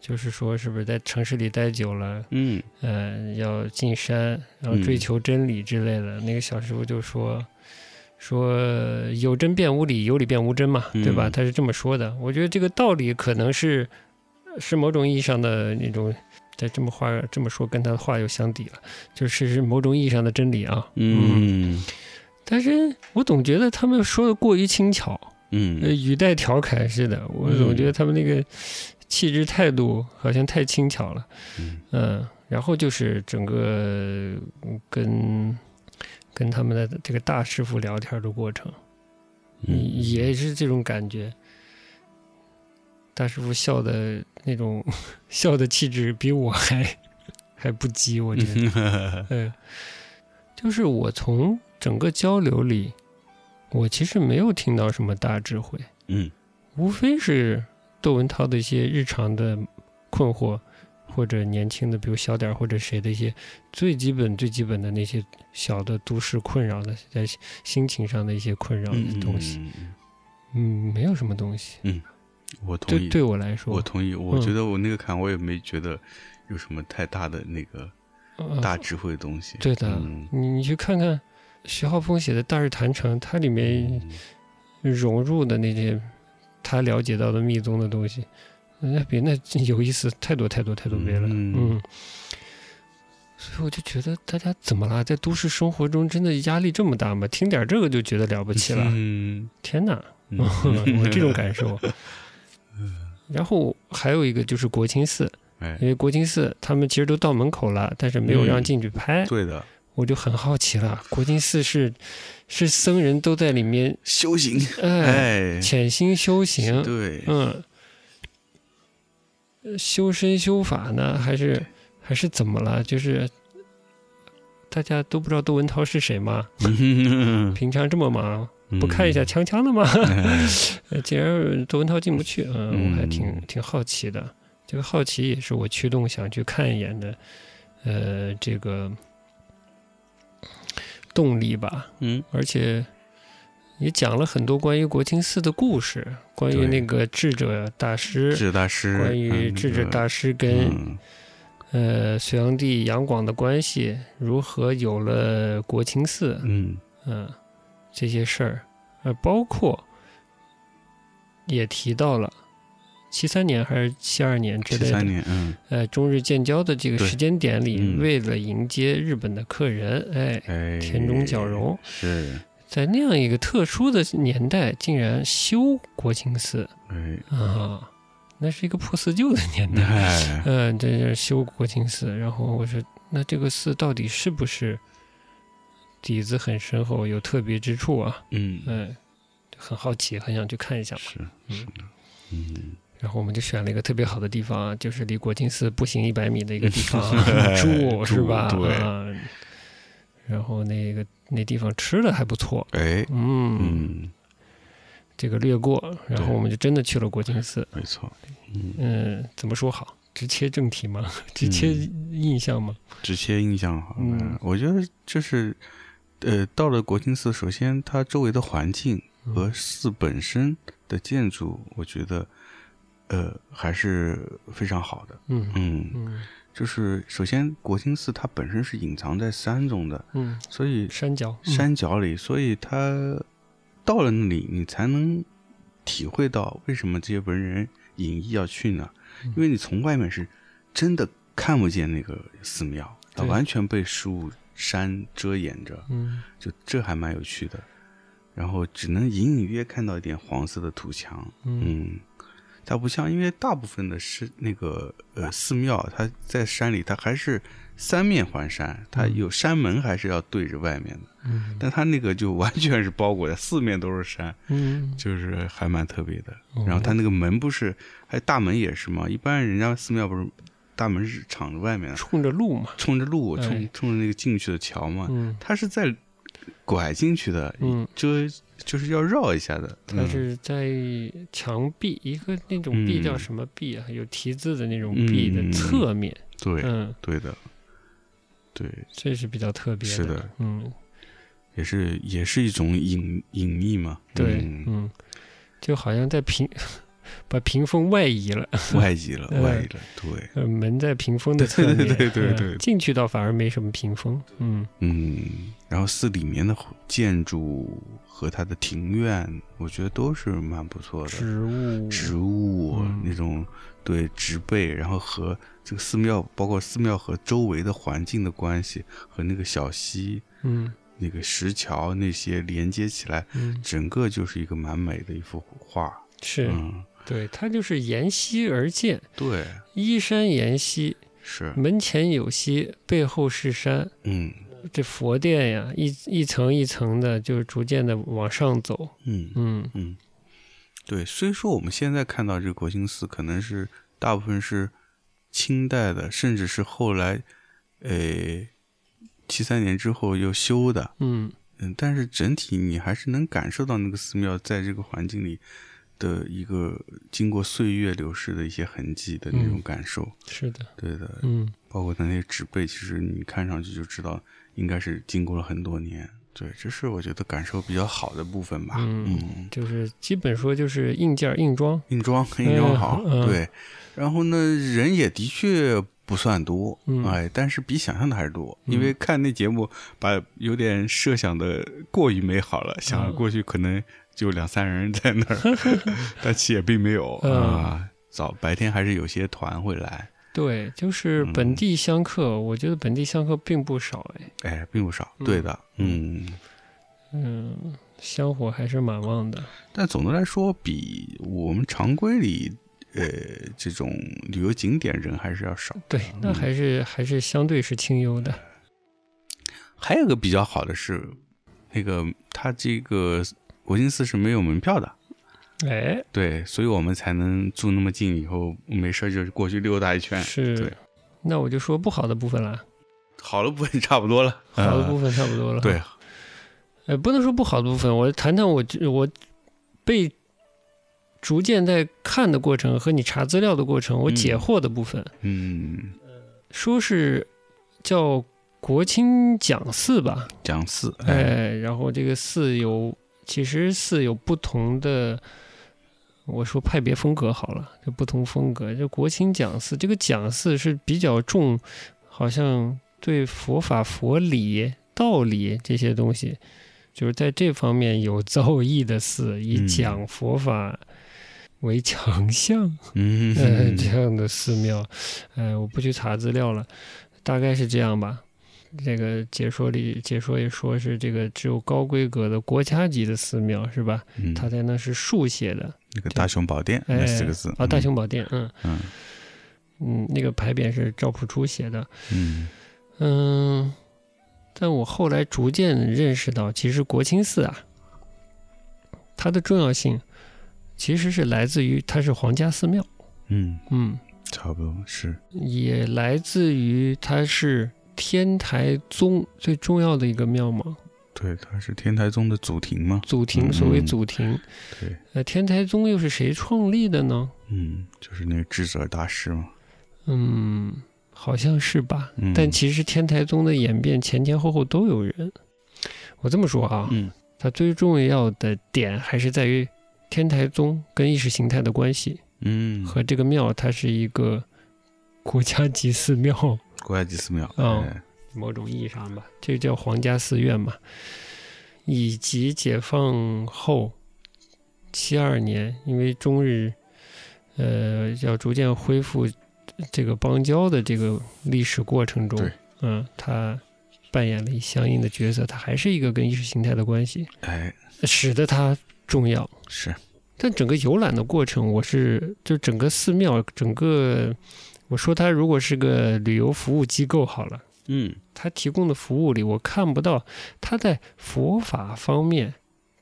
就是说是不是在城市里待久了，嗯呃，要进山，然后追嗯求真理之类的。那个小师傅就说说有真变无理，有理变无真嘛，对吧？嗯他是这么说的。我觉得这个道理可能是是某种意义上的那种，在这么话这么说跟他的话又相抵了，就是是某种意义上的真理啊。嗯但是我总觉得他们说的过于轻巧，呃，嗯语带调侃似的。我总觉得他们那个气质态度好像太轻巧了。嗯嗯，然后就是整个嗯跟跟他们的这个大师傅聊天的过程，嗯也是这种感觉。大师傅笑的那种 (laughs) 笑的气质比我还还不羁，我觉得，嗯，就是我从整个交流里，我其实没有听到什么大智慧， (laughs) 嗯无非是窦文涛的一些日常的困惑，或者年轻的，比如小点儿或者谁的一些最基本、最基本的那些小的都市困扰的，在心情上的一些困扰的东西。嗯，嗯，没有什么东西。我同对意，对我来我说，同意。我嗯觉得我那个坎我也没觉得有什么太大的那个呃大智慧的东西。对的嗯。你你去看看徐浩峰写的《大日坛城》，它里嗯面融入的那些他了解到的密宗的东西，那比那有意思太多太多太多倍了。嗯嗯，所以我就觉得大家怎么啦？在都市生活中真的压力这么大吗？听点这个就觉得了不起了，嗯， (laughs) 天哪！嗯我这种感 (laughs) 受。然后还有一个就是国清寺，哎，因为国清寺他们其实都到门口了，但是没有让嗯进去拍，对的，我就很好奇了。国清寺是是僧人都在里面，修行，哎，哎，潜心修行，对，嗯，呃修身修法呢，还是还是怎么了？就是大家都不知道窦文涛是谁吗？平常这么忙， (laughs) 嗯不看一下锵锵的 (laughs) 吗？哎呃竟然窦文涛进不去，嗯，嗯我还挺挺好奇的。这个好奇也是我驱动想去看一眼的，呃，这个动力吧。嗯而且也讲了很多关于国清寺的故事，关于对那个智者大智师，者嗯大师，关于嗯智者大师跟、嗯呃隋炀帝杨广的关系，如何有了国清寺，嗯嗯、这些事儿，呃，包括也提到了。七三年还是七二年之七类三的，年，嗯，呃，中日建交的这个对时间点里，嗯为了迎接日本的客人，哎，哎，田中角荣，是，在那样一个特殊的年代，竟然修国清寺哎，啊，那是一个破四旧的年代。哎，嗯、这就是修国清寺。然后我说，那这个寺到底是不是底子很深厚，有特别之处啊？ (laughs) 嗯，嗯、就很好奇，很想去看一下嘛。是是的，嗯，然后我们就选了一个特别好的地方啊，就是离国清寺步行一百米的一个地方啊哎 (laughs) 住是吧？住对啊。然后那个那地方吃的还不错，哎，嗯，这个略过，然后对我们就真的去了国清寺。没错，嗯，嗯，怎么说好？直切正题吗？ (laughs) 直切印象吗？直接印象好了，嗯我觉得就是。呃，到了国清寺，首先它周围的环境和寺本身的建筑，我觉得，呃，还是非常好的。嗯嗯，嗯就是首先国清寺它本身是隐藏在山中的，嗯，所以山脚，嗯山脚里，所以它到了那里，你才能体会到为什么这些文人隐逸要去呢？嗯因为你从外面是真的看不见那个寺庙，它对完全被树山遮掩着，嗯，就这还蛮有趣的。然后只能隐隐约看到一点黄色的土墙，嗯嗯，它不像，因为大部分的是那个呃寺庙，它在山里，它还是三面环山，它有山门还是要对着外面的，嗯但它那个就完全是包裹在四面都是山，嗯，就是还蛮特别的。哦然后它那个门不是，还大门也是嘛，一般人家寺庙不是大门是敞着外面的，冲着路嘛，冲着路，冲哎冲着那个进去的桥嘛，嗯它是在拐进去的，嗯，就就是要绕一下的。它是在墙壁一个那种壁叫嗯嗯什么壁啊？有题字的那种壁的嗯侧面，嗯对嗯，对的，对，这是比较特别是的，嗯，也是也是一种隐隐秘嘛，对， (laughs) 嗯嗯，就好像在屏 (laughs) 把屏风外移了，外移了，嗯外移了，对，呃，门在屏风的侧面，对对对嗯对进去倒反而没什么屏风，嗯嗯，然后寺里面的建筑和它的庭院，我觉得都是蛮不错的，植物，植物、嗯那种对植被，然后和这个寺庙，包括寺庙和周围的环境的关系，和那个小溪、嗯那个石桥那些连接起来，嗯，整个就是一个蛮美的一幅画。是嗯，对，它就是沿溪而建，对，依山沿溪，是，门前有溪，背后是山。嗯这佛殿呀，一一层一层的，就是逐渐的往上走。嗯嗯嗯，对。虽说我们现在看到这个国清寺，可能是大部分是清代的，甚至是后来，呃，七三年之后又修的，嗯嗯，但是整体你还是能感受到那个寺庙在这个环境里的一个经过岁月流逝的一些痕迹的那种嗯感受。是的，对的，嗯包括它那些植被，其实你看上去就知道应该是经过了很多年。对，这是我觉得感受比较好的部分吧。嗯嗯，就是基本说就是硬件儿硬装。硬装硬装好，嗯对。然后呢，人也的确不算多，嗯哎，但是比想象的还是多。嗯因为看那节目，把有点设想的过于美好嗯了，想着过去可能就两三人在那 (laughs) 儿，但其实也并没有嗯啊。早白天还是有些团会来，对，就是嗯本地香客，我觉得本地香客并不少哎。哎，并不少。嗯对的，嗯。嗯，香火还是蛮旺的。但总的来说，比我们常规里。呃，这种旅游景点人还是要少。对，那嗯还是还是相对是清幽的。还有一个比较好的是，那个它这个国清寺是没有门票的，哎，对，所以我们才能住那么近，以后没事儿就过去溜达一圈。哎对是。那我就说不好的部分了，好了，不分差不多了，好的部嗯分差不多了。对，呃，不能说不好的部分，我谈谈我我被逐渐在看的过程和你查资料的过程，我解嗯惑的部分，嗯，说是叫国清讲寺吧，讲寺，哎，哎，然后这个寺有，其实寺有不同的，我说派别风格好了，就不同风格。就国清讲寺，这个讲寺是比较重，好像对佛法、佛理、道理这些东西，就是在这方面有造诣的寺，以嗯讲佛法为强项。嗯，呃， (laughs) 这样的寺庙，呃，我不去查资料了，大概是这样吧。这个解说里解说也说是这个只有高规格的国家级的寺庙是吧？嗯它才能是竖写的那个大雄宝殿哎那四个字啊，大嗯雄宝殿，嗯嗯嗯，那个牌匾是赵朴初写的，嗯嗯，但我后来逐渐认识到，其实国清寺啊，它的重要性其实是来自于它是皇家寺庙，嗯，嗯，差不多是，也来自于它是天台宗最重要的一个庙嘛，对，它是天台宗的祖庭嘛，祖庭，嗯所谓祖庭。对，呃，天台宗又是谁创立的呢？嗯，就是那个智者大师嘛，嗯，好像是吧。嗯，但其实天台宗的演变前前后后都有人。我这么说啊，嗯它最重要的点还是在于天台宗跟意识形态的关系嗯，和这个庙，它是一个国家级寺庙。国家级寺庙，哦哎某种意义上吧，这叫皇家寺院嘛，以及解放后七二年，因为中日呃，要逐渐恢复这个邦交的这个历史过程中对，嗯，他扮演了一相应的角色，他还是一个跟意识形态的关系，哎，使得它重要。是，但整个游览的过程，我是就整个寺庙，整个我说它如果是个旅游服务机构好了，嗯，它提供的服务里，我看不到它在佛法方面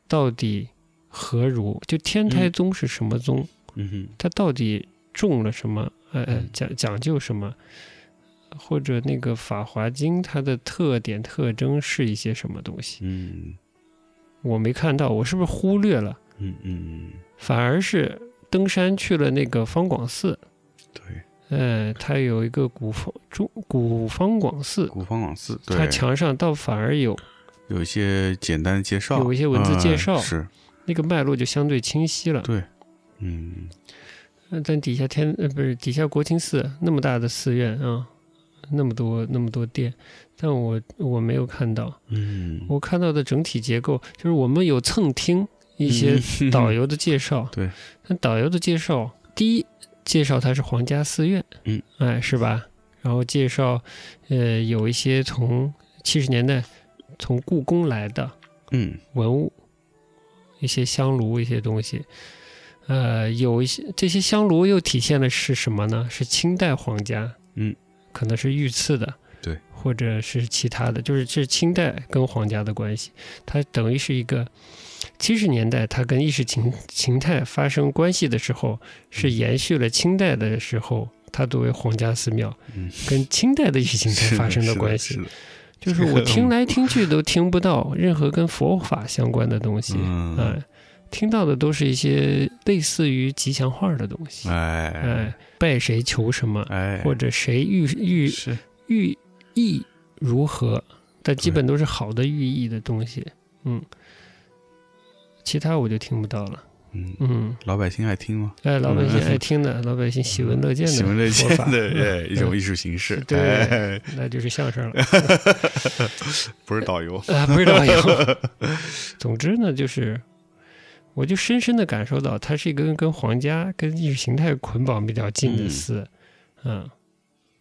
到底何如，就天台嗯宗是什么宗，嗯哼，它到底重了什么，呃呃嗯讲讲究什么，或者那个《法华经》它的特点特征是一些什么东西，嗯，我没看到，我是不是忽略了？嗯嗯，反而是登山去了那个方广寺，对，呃，它有一个古方中古方广寺，古方广寺，它对，墙上倒反而有有一些简单的介绍，有一些文字介呃绍是，那个脉络就相对清晰了。对，嗯，呃但底下天呃不是底下国清寺那么大的寺院啊，那么多那么多殿，但我我没有看到，嗯，我看到的整体结构就是我们有蹭听一些嗯导游的介绍，对，那导游的介绍，第一介绍它是皇家寺院，嗯，哎，是吧？然后介绍，呃，有一些从七十年代从故宫来的嗯，文物，一些香炉，一些东西，呃，有一些这些香炉又体现的是什么呢？是清代皇家，嗯，可能是御赐的，对，或者是其他的，就是这是清代跟皇家的关系，它等于是一个七十年代它跟意识形形态发生关系的时候，嗯是延续了清代的时候。它作为皇家寺庙，嗯跟清代的意识形态是发生的的是关系是，的就是我听来听去都听不到任何跟佛法相关的东西，嗯哎，听到的都是一些类似于吉祥话的东西，哎哎，拜谁求什么，哎，或者谁寓寓是，寓意如何，但基本都是好的寓意的东西，嗯，其他我就听不到了，嗯，嗯，老百姓爱听吗？哎，老百姓嗯爱听的，老百姓喜闻乐见的，喜闻乐见的，的，哎，一种艺术形式，嗯对哎，那就是相声了。不是导游，啊，不知 (laughs) 道有。总之呢，就是我就深深的感受到，它是一个跟跟皇家、跟意识形态捆绑比较近的嗯寺，嗯，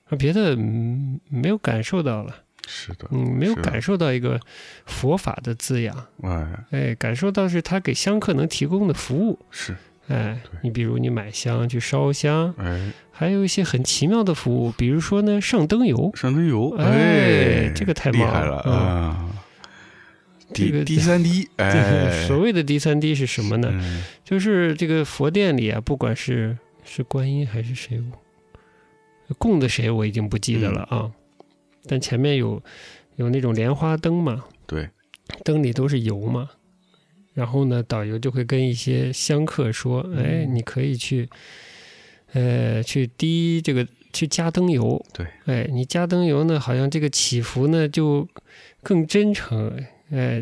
啊，别的嗯没有感受到了，是的，嗯，没有是感受到一个佛法的字样，哎，哎，感受到是他给香客能提供的服务，是，哎对，你比如你买香去烧香，哎，还有一些很奇妙的服务，比如说呢上灯油，上灯油，哎这个太厉棒害了了嗯啊！这个第第三滴， (laughs) 这个哎，所谓的第三滴是什么呢？嗯就是这个佛殿里啊，不管是是观音还是谁，供的谁我已经不记得了嗯啊。但前面有有那种莲花灯嘛，对，灯里都是油嘛。然后呢，导游就会跟一些香客说：“嗯哎，你可以去，呃，去滴这个去加灯油。对，哎，你加灯油呢，好像这个祈福呢就更真诚，哎，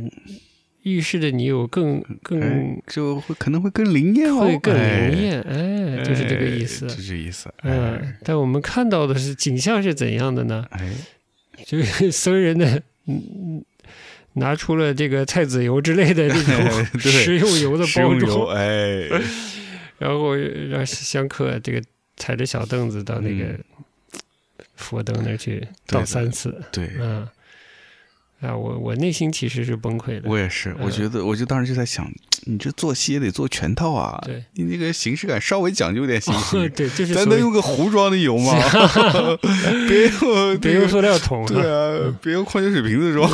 预示着你有更更。哎就会可能会更灵验哦，会更灵哎，验，哎，就是这个意思哎。就这意思，嗯哎，，但我们看到的是景象是怎样的呢？哎，就是 (laughs) 僧人呢，嗯嗯，拿出了这个菜籽油之类的这种 (laughs) 对食用油的食包用油，装， (laughs) 哎，然后让香客这个踩着小凳子到那个嗯佛灯那儿去倒三次。对，嗯，啊，我我内心其实是崩溃的。我也是，我嗯觉得，我就当时就在想，你这做戏也得做全套啊，对， (laughs) 你那个形式感稍微讲究点行不行？对， (laughs) 就是咱所能谓用个壶装的油 (laughs) 吗？别用，别用塑料桶对啊，啊，别用矿泉水瓶子装，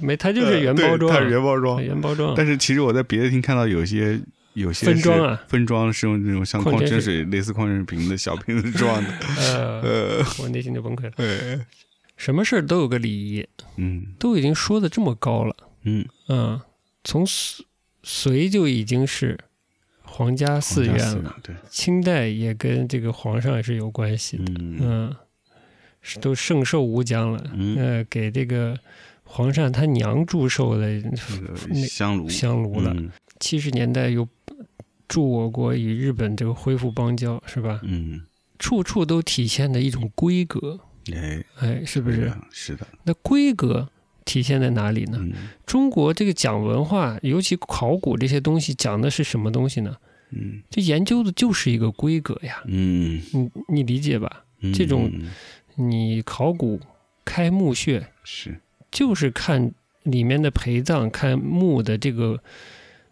没，它 (laughs) 就是原对包装啊，它是原包装。原包装啊。但是其实我在别的厅看到有些有些分是装啊，分装是用那种像矿矿泉泉水类似矿泉水瓶的小瓶子装的， (laughs) 呃，呃，我内心就崩溃了。哎什么事儿都有个礼仪，嗯都已经说的这么高了，嗯，嗯，从隋隋就已经是皇家寺院皇家寺了，对，清代也跟这个皇上也是有关系的，嗯嗯，是都圣寿无疆了，嗯呃，给这个皇上他娘祝寿的那那个香炉香炉了。嗯七十、年代有助我国与日本这个恢复邦交，是吧？嗯，处处都体现的一种规格，哎，哎，是不是是？的是的，那规格体现在哪里呢？嗯中国这个讲文化，尤其考古这些东西，讲的是什么东西呢？嗯这研究的就是一个规格呀，嗯你你理解吧？嗯，这种嗯你考古开墓穴是就是看里面的陪葬，看墓的这个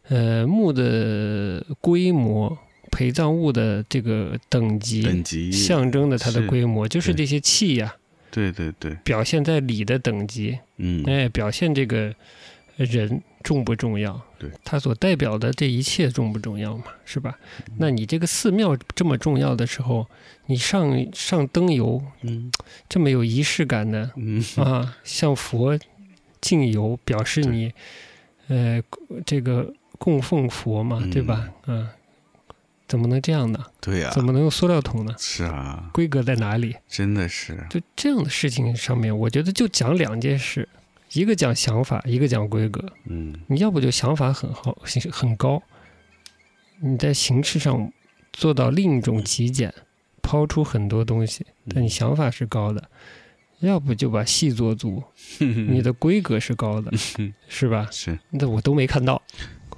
呃墓的规模、陪葬物的这个等级，等级，象征的它的是规模，就是对这些器呀、对对对，表现在礼的等级，嗯哎，表现这个人重不重要？对，他所代表的这一切重不重要嘛？是吧？嗯那你这个寺庙这么重要的时候，你上上灯油嗯这么有仪式感的嗯啊，向佛敬油，表示对嗯你呃这个供奉佛嘛，对吧？啊，怎么能这样呢？对呀，怎么能用塑料桶呢？是啊，规格在哪里？真的是，就这样的事情上面，我觉得就讲两件事，一个讲想法，一个讲规格。嗯你要不就想法很好，形式很高，你在形式上做到另一种极简，抛出很多东西，但你想法是高的；要不就把戏 (laughs) 做足，你的规格是高的，是吧？是那我都没看到。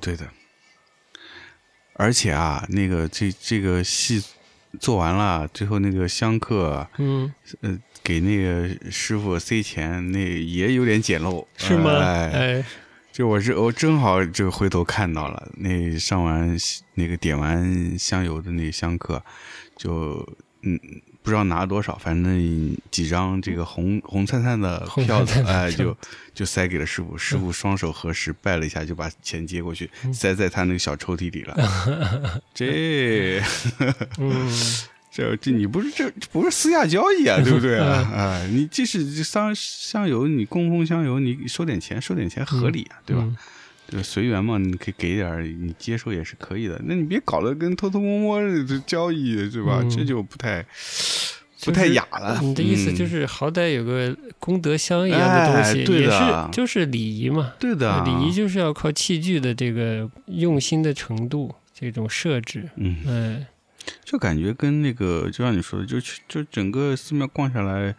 对的。而且啊，那个这这个戏做完了，最后那个香客啊嗯，给那个师傅塞钱，那也有点简陋，是吗？哎， (laughs) 哎，就我是我正好就回头看到了，那上完那个点完香油的那香客，就嗯。不知道拿多少，反正几张这个红红灿灿的红票灿子灿，的哎，票就就塞给了师傅。师傅双手合十，拜了一下，就把钱接过去，嗯塞在他那个小抽屉里了。 (laughs) 这嗯，这这你不是这这不是私下交易啊，对不对啊？ (laughs) 啊，你即使这香香油，你供奉香油，你收点钱，收点钱合理啊，对吧？嗯？就随缘嘛，你可以给点儿，你接受也是可以的。那你别搞得跟偷偷摸摸的交易，对吧？嗯这就不太就是不太雅了。你的意思嗯就是，好歹有个功德箱一样的东西，哎对也的是就是礼仪嘛。对啊的，礼仪就是要靠器具的这个用心的程度，这种设置。嗯，嗯，就感觉跟那个，就像你说的，就去就整个寺庙逛下来，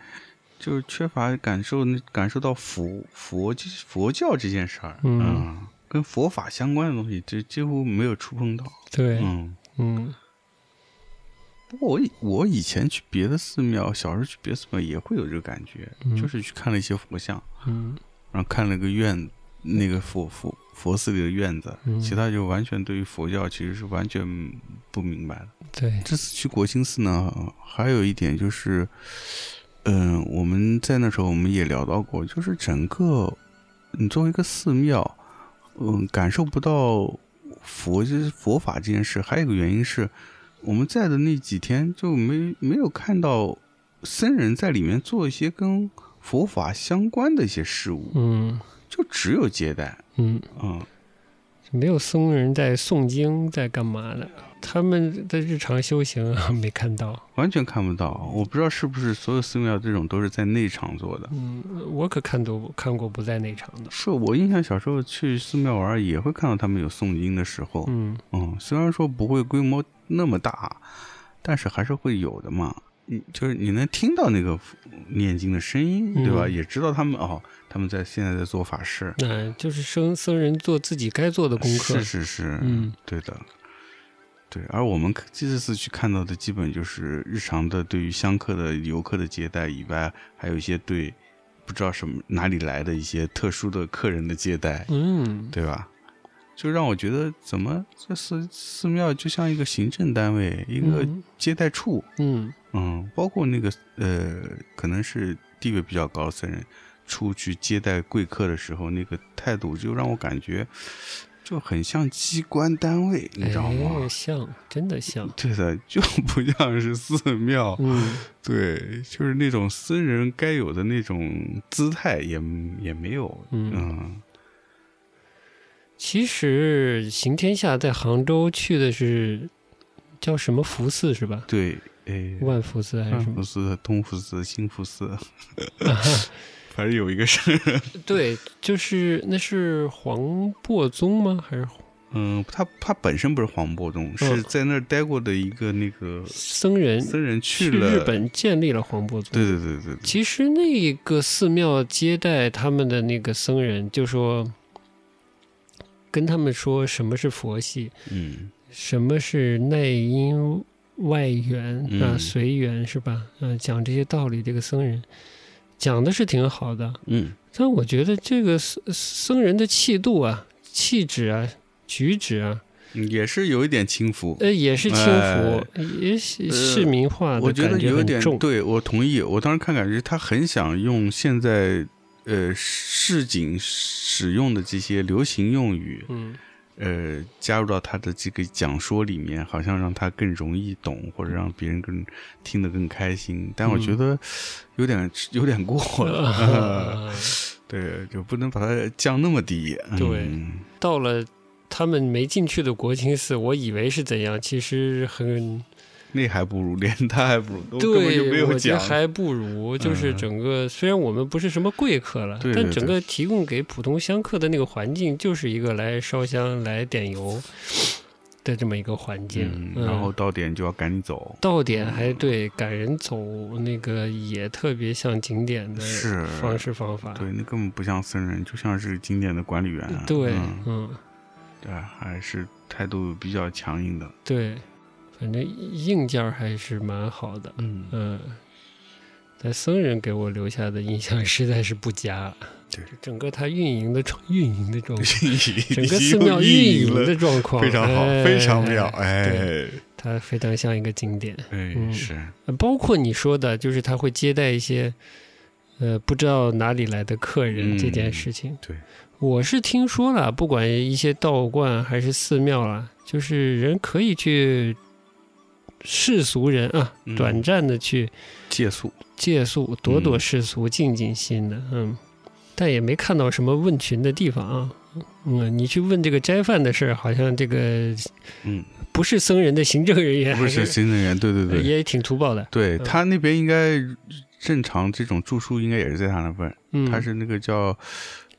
就是缺乏感受那感受到佛佛佛教这件事儿，啊嗯跟佛法相关的东西，这几乎没有触碰到。对，嗯，嗯不过我以我以前去别的寺庙，小时候去别的寺庙也会有这个感觉，嗯就是去看了一些佛像，嗯然后看了个院，那个佛佛佛寺里的院子，嗯其他就完全对于佛教其实是完全不明白的。对，这次去国清寺呢，还有一点就是，嗯、我们在那时候我们也聊到过，就是整个你作为一个寺庙，嗯，感受不到佛就是佛法这件事，还有一个原因是，我们在的那几天就没没有看到僧人在里面做一些跟佛法相关的一些事物，嗯就只有接待，嗯，嗯，没有僧人在诵经，在干嘛的？他们的日常修行啊，没看到。完全看不到。我不知道是不是所有寺庙这种都是在内场做的。嗯，我可看都看过不在内场的。是我印象小时候去寺庙玩儿也会看到他们有诵经的时候，嗯嗯，虽然说不会规模那么大，但是还是会有的嘛。你就是你能听到那个念经的声音，对吧？嗯也知道他们哦，他们在现在在做法事，那、就是僧僧人做自己该做的功课。是是是，嗯，对的，对。而我们这次去看到的，基本就是日常的对于香客的游客的接待以外，还有一些对不知道什么哪里来的一些特殊的客人的接待，嗯，对吧？就让我觉得，怎么这寺寺庙就像一个行政单位，一个嗯接待处，嗯嗯，包括那个呃，可能是地位比较高的僧人出去接待贵客的时候，那个态度就让我感觉就很像机关单位，你知道吗哎、？像，真的像。 (laughs) 对的，就不像是寺庙，嗯对，就是那种僧人该有的那种姿态也也没有，嗯。嗯其实行天下在杭州去的是叫什么福寺是吧？对，哎，万福寺还是万什么福？寺、东福寺、新福 (laughs) 寺， (laughs) 啊哈反正有一个是，对，就是那是黄檗宗吗？还是嗯，他他本身不是黄檗宗，是在那儿待过的一个那个僧嗯人僧人去去了日，本建立了黄檗宗？对对对对对，其实那个寺庙接待他们的那个僧人，就说跟他们说什么是佛系，嗯什么是内因外缘嗯啊，随缘是吧？嗯、讲这些道理，这个僧人讲的是挺好的，嗯但我觉得这个僧僧人的气度啊、气质啊、举止啊，嗯，也是有一点轻浮。呃，也是轻浮，也是呃市民化我的觉感得有很点重。对，我同意。我当时看感觉他很想用现在呃市井使用的这些流行用语， (laughs) 嗯，呃，加入到他的这个讲说里面，好像让他更容易懂，或者让别人更听得更开心。但我嗯觉得有点、有点过了、 (laughs) 呃啊对，就不能把它降那么低。对嗯、到了他们没进去的国清寺，我以为是怎样，其实很那还不如连他还不如，都根本就没对，有我觉讲。得还不如就是嗯整个、虽然我们不是什么贵客了，对但对整对个提供给普通香客的那个环境，就是一个来烧香、来点油的这么一个环境。嗯，然后到点就要赶紧走。到点还对，赶人走那个也特别像景点的是方式方法。对，那根本不像僧人，就像是经典的管理员。对嗯，嗯，对，还是态度比较强硬的。对，反正硬件儿还是蛮好的。 (laughs) 嗯，嗯，但僧人给我留下的印象实在是不佳。对，整个他运营的状运营 (laughs) 的状况，整整个寺庙运营的状况非常好，哎非常妙，哎对，它非常像一个景点。哎嗯是，呃包括你说的，就是他会接待一些呃不知道哪里来的客人嗯这件事情。对，我是听说了，不管一些道观还是寺庙啦，就是人可以去世俗人啊，嗯短暂的去借 (laughs) 宿，借宿，躲嗯躲世俗，静静心的，嗯，但也没看到什么问群的地方啊。嗯，你去问这个斋饭的事儿，好像这个嗯，不是僧人的行政人员，不是还行政员，对对对，也挺粗暴的。对哎嗯他那边应该正常这种住宿应该也是在他那边，嗯，他是那个叫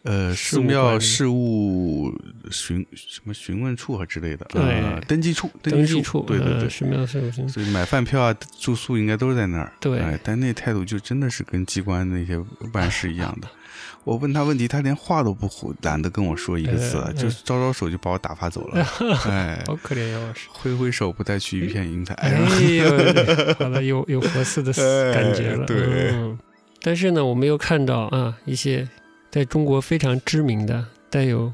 呃事寺务管庙理事务询什么询问处啊之类的，对呃登记处，登记记处，对对呃对。寺庙事务处所以买饭票啊、住宿应该都是在那儿。对哎，但那态度就真的是跟机关那些办事一样的。我问他问题，他连话都不回，懒得跟我说一个字，呃就招招手就把我打发走 (laughs) 了。哎，好可怜杨 (laughs) 老师。挥挥手不带去一片云彩。哎然后 (laughs) 呦，好了，有有佛寺的感觉了。哎对嗯，但是呢，我们又看到啊，一些在中国非常知名的、带有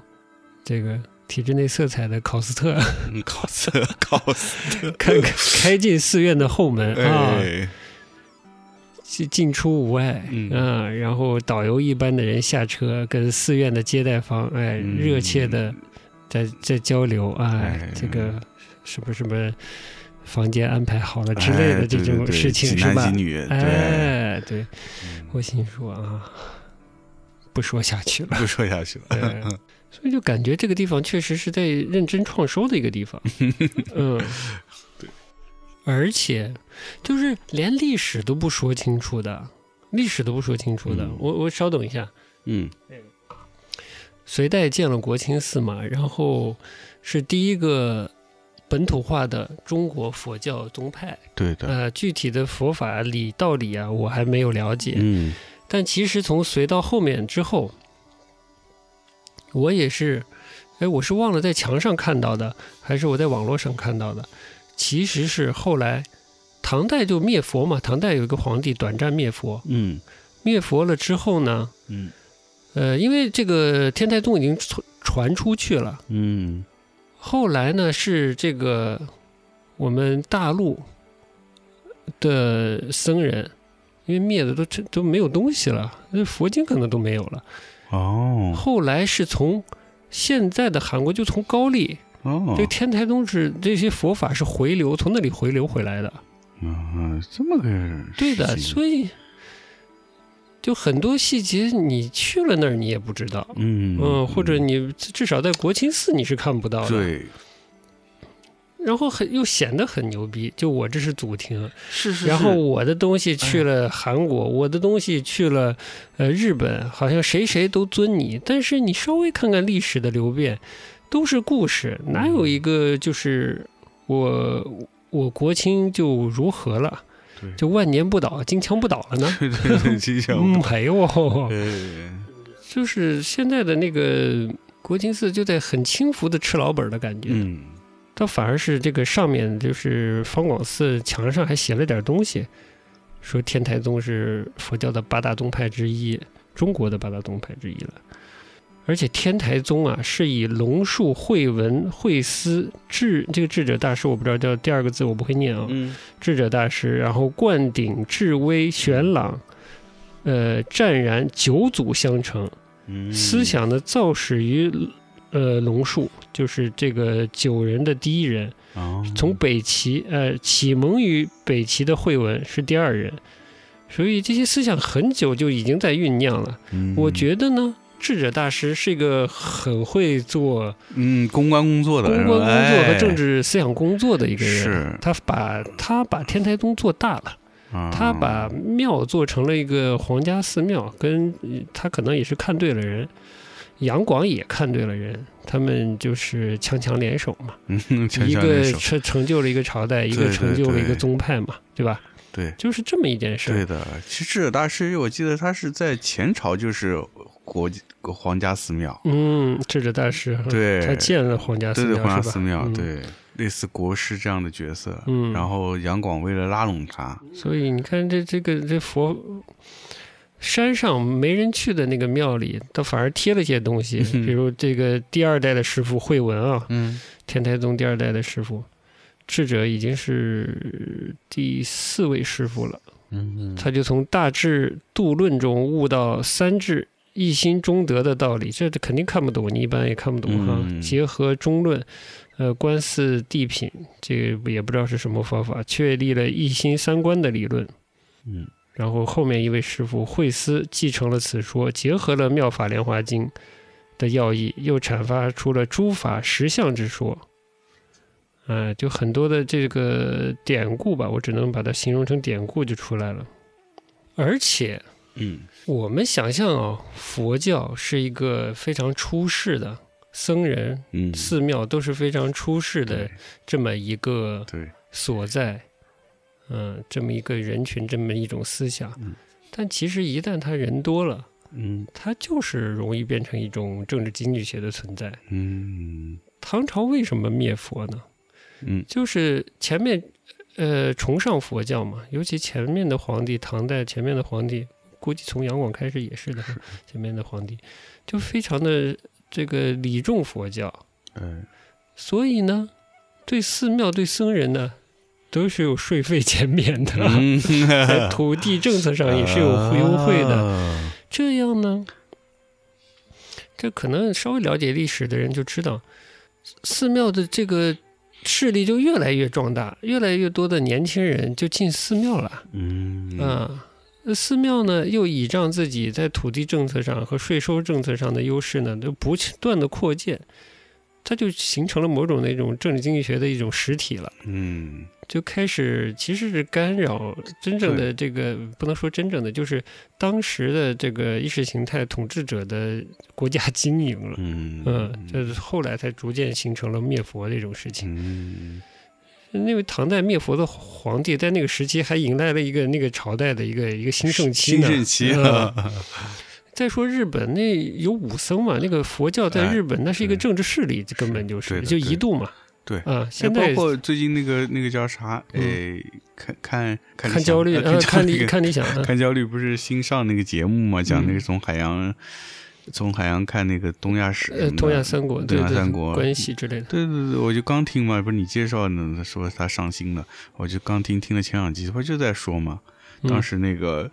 这个体制内色彩的考斯特， (laughs) 嗯搞死了，搞死了。 (laughs) 开开进寺院的后门啊，哎，进进出无碍，嗯啊，然后导游一般的人下车，跟寺院的接待方哎嗯热切的在在交流啊，哎这个什么什么房间安排好了之类哎的这对对种对事情几是吧男几？女，对，嗯哎，对，我心说啊，不说下去 (laughs) 了。不说下去了。 (laughs) 哎所以就感觉这个地方确实是在认真创收的一个 (laughs) 地方，嗯，对，而且就是连历史都不说清楚的，历史都不说清楚的。嗯我我稍等一下，嗯隋代建了国清寺嘛，然后是第一个本土化的中国佛教宗派，对的，呃，具体的佛法理道理啊，我还没有了解，嗯但其实从隋到后面之后，我也是，哎，我是忘了在墙上看到的，还是我在网络上看到的？其实是后来唐代就灭佛嘛，唐代有一个皇帝短暂灭佛，嗯灭佛了之后呢，嗯呃，因为这个天台宗已经传传出去了，嗯后来呢是这个我们大陆的僧人。因为灭的都这都没有东西了，那佛经可能都没有了。哦后来是从现在的韩国，就从高丽，哦这个，天台宗是这些佛法是回流，从那里回流回来的。嗯，这么个对的，事情所以就很多细节，你去了那儿你也不知道，嗯嗯，或者你至少在国清寺你是看不到的。，对，然后很又显得很牛逼，就我这是祖庭，是是嗯然后我的东西去了韩国，我的东西去了呃日本，好像谁谁都尊你。但是你稍微看看历史的流变，都是故事，嗯哪有一个就是我我国清就如何了，对就万年不倒、金枪不倒了 (laughs) 呢 (laughs)？嗯对对对，吉祥物。没 (laughs) 有，嗯呃，就是现在的那个国清寺就在很轻浮的吃老本儿的感觉。嗯，倒反而是这个上面就是方广寺墙上还写了点东西，说天台宗是佛教的八大宗派之一，中国的八大宗派之一了。而且天台宗啊，是以龙树慧文慧思智这个智者大师，我不知道叫第二个字我不会念啊、嗯智者大师，然后灌顶、智威、玄朗，呃，湛然九祖相承，嗯，思想的造始于呃龙树，就是这个九人的第一人，哦从北齐呃启蒙于北齐的惠文是第二人，所以这些思想很久就已经在酝酿了。嗯我觉得呢，智者大师是一个很会做嗯嗯公关工作的公关工作和政治治思想工作的一个人。哎是嗯他把他把天台宗做大了，啊他把庙做成了一个皇家寺庙，跟呃他可能也是看对了人，杨广也看对了人，他们就是强强联手嘛， (laughs) 一一个成成就了一个朝代，一个对成对就了一个对宗派嘛，对吧？对就是这么一件事儿。对的，其实智者大师，我记得他是在前朝就是国皇家寺庙，嗯，智者大师哈对他建了皇家寺对对庙皇家是吧？寺庙，嗯，对类似国师这样的角色。嗯，然后杨广为了拉拢他，所以你看这这个这佛山上没人去的那个庙里，他反而贴了些东西，嗯比如这个第二代的师傅慧文啊，嗯天台宗第二代的师傅，智者已经是第四位师傅了。嗯他就从大智度论中悟到三智一心中德的道理，这肯定看不懂，你一般也看不懂哈。嗯结合中论，呃，观四谛品，这个也不知道是什么方法，确立了一心三观的理论。嗯，然后后面一位师傅惠思继承了此说，结合了《妙法莲华经》的要义，又阐发出了诸法实相之说。呃，就很多的这个典故吧，我只能把它形容成典故就出来了。而且嗯我们想象啊，佛教是一个非常出世的僧人、嗯，寺庙都是非常出世的对这么一个对，所在，嗯、这么一个人群，这么一种思想。嗯但其实一旦他人多了，嗯他就是容易变成一种政治经济学的存在。嗯唐朝为什么灭佛呢？嗯就是前面呃崇尚佛教嘛，尤其前面的皇帝，唐代前面的皇帝，估计从杨广开始也是的，前面的皇帝就非常的这个礼重佛教， (laughs) 哎所以呢，对寺庙对僧人呢，都是有税费减免的，嗯，在土地政策上也 (laughs) 是有优惠的。啊。这样呢，这可能稍微了解历史的人就知道，寺庙的这个势力就越来越壮大，越来越多的年轻人就进寺庙了。嗯啊，那寺庙呢又倚仗自己在土地政策上和税收政策上的优势呢，就不断的扩建，它就形成了某种那种政治经济学的一种实体了，嗯就开始其实是干扰真正的这个不能说真正的，就是当时的这个意识形态统治者的国家 (laughs) 经营了。嗯嗯，这是后来才逐渐形成了灭佛这种事情。嗯因为唐代灭佛的皇帝在那个时期还迎来了一个那个朝代的一个一个兴盛期呢。兴盛期嗯啊， (laughs) 再说日本那有武僧嘛，那个佛教在哎日本那是一个对政治势力，根本就是对是的就一度嘛。对啊，哎现包在括最近那个那个叫啥？哎，看看看看焦虑，呃呃，看理理看理想， (laughs) 啊看焦虑不是新上那个节目嗯嘛？讲那个从海洋从海洋看那个东亚史什呃，么的，东亚三国，东对亚对，三国关系之类的。对对对，我就刚听嘛，不是你介绍呢，他说他上新了，我就刚听听了前两集，不就在说嘛，当嗯时那个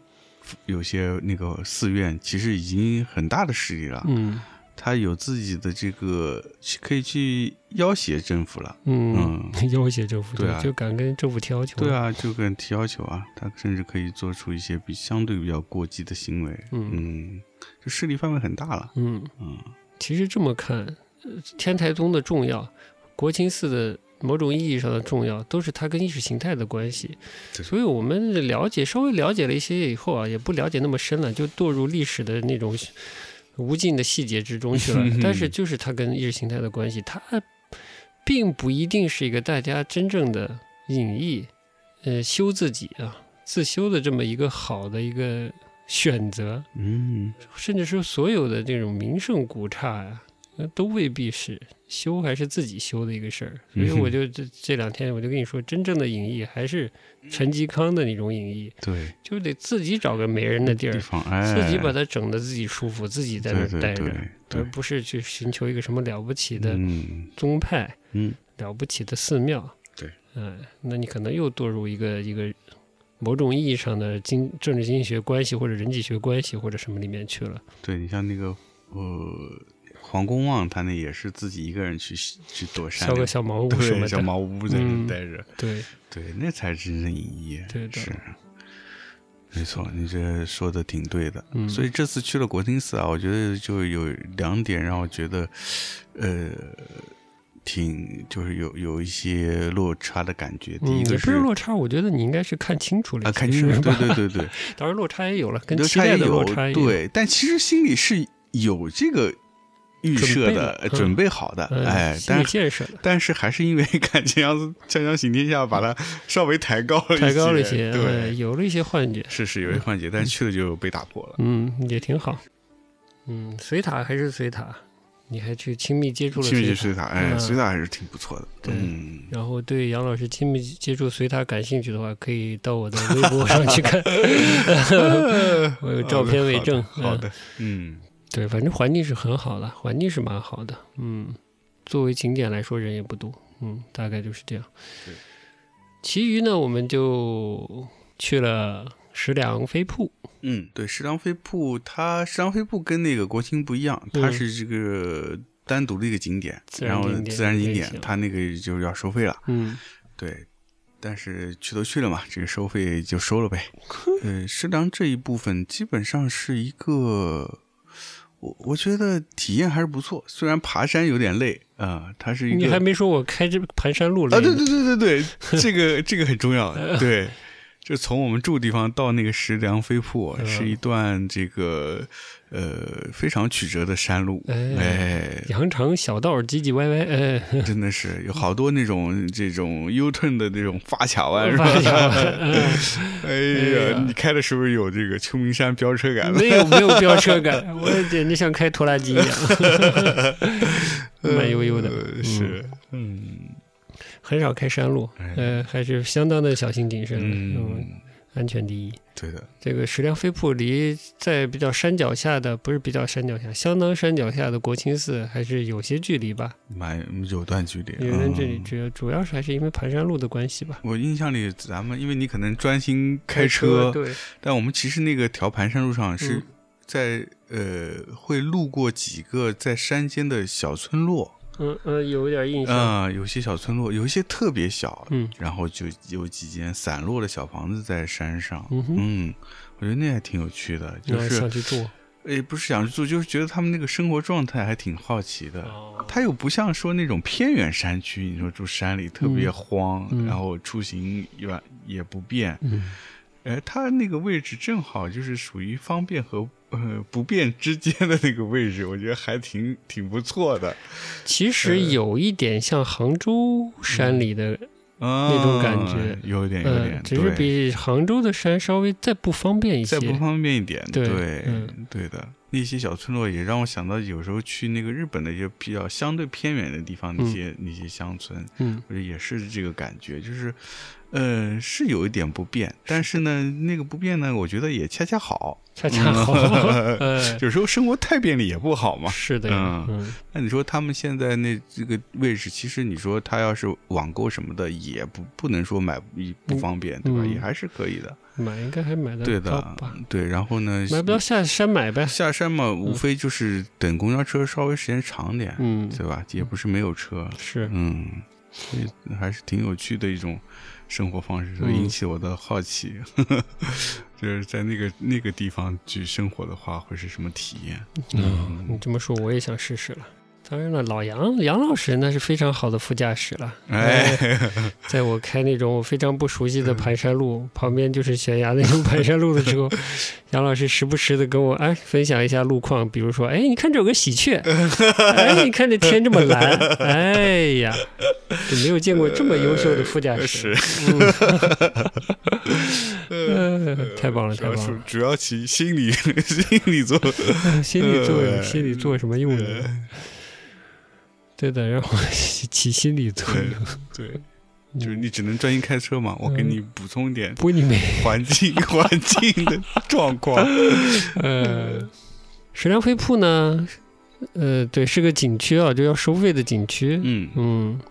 有些那个寺院其实已经很大的势力了，嗯他有自己的这个可以去要挟政府了。嗯， (laughs) 要挟政府对啊就敢跟政府提要求。对，啊，就跟提要求啊，他甚至可以做出一些比相对比较过激的行为。嗯嗯，这势力范围很大了。嗯，嗯其实这么看，呃天台宗的重要，国清寺的某种意义上的重要，都是它跟意识形态的关系。对。所以我们了解稍微了解了一些以后啊，也不了解那么深了，就堕入历史的那种无尽的细节之中去了 (laughs) 但是就是它跟意识形态的关系，它并不一定是一个大家真正的隐逸，呃，修自己啊，自修的这么一个好的一个选择。嗯甚至是所有的这种名胜古刹呀、呃都未必是修还是自己修的一个事儿。所以嗯哼我就这这两天我就跟你说，真正的影艺还是陈吉康的那种影艺，对，就得自己找个没人的地地儿，方 (laughs) 哎，自己把它整的自己舒服，自己在那对儿对待对着，而对，不是去寻求一个什么了不起的嗯宗派、嗯，了不起的寺庙。对，嗯、那你可能又堕入一个一个某种意义上的经政治经济学关系或者人际学关系或者什么里面去了。对你像那个呃黄公望，他那也是自己一个人去去躲山烧里，个小茅屋什对，么的，小茅屋在那嗯待着，对，对，那才是真正意义。对的是，没错，你这说的挺对的。嗯所以这次去了国清寺啊，我觉得就有两点让我觉得，呃，挺就是有有一些落差的感觉。第嗯，一也个不是落差，我觉得你应该是看清楚了啊，一些看清楚，事对吧对对对， (laughs) 当然落差也有了，跟落期差待也的落有差也有，对，但其实心里是有这个预准设备的的，呃嗯准备好的，嗯哎，心但理是建 (laughs) 设的。但是还是因为看《锵锵锵锵行天下》，把它稍微抬高了一抬高了一些，些，嗯呃对，有了一些幻觉，是是有些幻觉，但是去了就被打破了。嗯，也挺好。嗯，随塔还是随塔，你还去亲密接触了去去随塔，水塔，哎，嗯水塔还是挺不错的，对嗯，然后对杨老师亲密接触随塔感兴趣的话，可以到我的微博上 (laughs) 去看，我有照片为证。好的好嗯的，嗯，对，反正环境是很好的，环境是蛮好的。嗯，作为景点来说，人也不多。嗯，大概就是这样对。其余呢，我们就去了石梁飞瀑。嗯，对，食堂飞瀑，它食堂飞瀑跟那个国清不一样，它嗯是这个单独的一个景点，自然然后景点自然景类点型，它那个就是要收费了，嗯，对。但是去都去了嘛，这个收费就收了 (laughs) 呗。呃，食堂这一部分基本上是一个，我我觉得体验还是不错，虽然爬山有点累啊、它是一你个还没说我开这盘山路了啊，对对对对对，这个这个很重 (laughs) 要，对，就从我们住的地方到那个石梁飞瀑，嗯是一段这个呃非常曲折的山路，哎哎，羊肠小道唧唧歪歪， (laughs) 哎，真的是有好多那种这种 U turn 的那种发卡 (laughs) 弯，是吧？发小，嗯 (laughs) 哎哎呀呀，你开的时候有这个秋名山飙车感了，没有没有飙车感，我也简直像开拖拉 (laughs) 机一样，慢悠悠的，呃是，嗯，很少开山路，呃，还是相当的小心谨慎的，嗯，哎嗯，安全第一。对的，这个石梁飞瀑离在比较山脚下的，不是比较山脚下，相当山脚下的国清寺还是有些距离吧。蛮有段距离，有人这里嗯主要主要是还是因为盘山路的关系吧。我印象里，咱们因为你可能专心开车车，对，但我们其实那个条盘山路上是嗯在、呃会路过几个在山间的小村落，嗯呃，有点印象，嗯、有些小村落有一些特别小，嗯然后就有几间散落的小房子在山上，嗯哼嗯，我觉得那还挺有趣的，就那是想去住。诶不是想去住，就是觉得他们那个生活状态还挺好奇的，哦它又不像说那种偏远山区，你说住山里特别嗯荒，嗯然后出行远也不便。嗯，哎，它那个位置正好就是属于方便和呃不便之间的那个位置，我觉得还挺挺不错的其呃实有一点像杭州山里的，啊，那种感觉有点嗯有点，嗯，只是对比杭州的山稍微再不方便一些再。不方便一点，对对、嗯对的。那些小村落也让我想到，有时候去那个日本的一些比较相对偏远的地方，那嗯些、那些乡村，嗯，我觉得也是这个感觉，就是，呃，是有一点不便，但是呢，那个不便呢，我觉得也恰恰好。恰恰好。嗯呃， (laughs) 有时候生活太便利也不好嘛。是的呀，嗯那你说他们现在那这个位置，其实你说他要是网购什么的，也不不能说买不不方便，对吧？嗯也还是可以的。买应该还买对得到的吧？，对。然后呢，买不到下山买呗。下山嘛，无非就是等公交车稍微时间长点，嗯，对吧？也不是没有车，是，嗯，所以还是挺有趣的一种生活方式，所嗯以引起我的好奇， (laughs) 就是在那个那个地方去生活的话，会是什么体验？嗯，你这么说我也想试试了。当然了，老杨杨老师那是非常好的副驾驶了。哎，嗯在我开那种我非常不熟悉的盘山路，旁边就是悬崖那种盘山路的 (laughs) 时候，杨老师时不时的跟我哎分享一下路况，比如说哎你看这有个 (laughs) 喜鹊，哎你看这天这么蓝，哎呀，就没有见过这么优秀的 (laughs) 副驾驶，呃是， (laughs) 嗯、 (laughs) 呃太棒了主太要棒是了，主要 (laughs) 起心理心理作用， (laughs) 心里做呃心里做什么用呢？对的，让我起心理作用。对，嗯就是你只能专心开车嘛，我给你补充一点不，你没环境 (laughs) 环境的状 (laughs) 况。 (laughs) 呃，水量飞瀑呢，呃，对，是个景区啊，就要收费的景区。嗯嗯，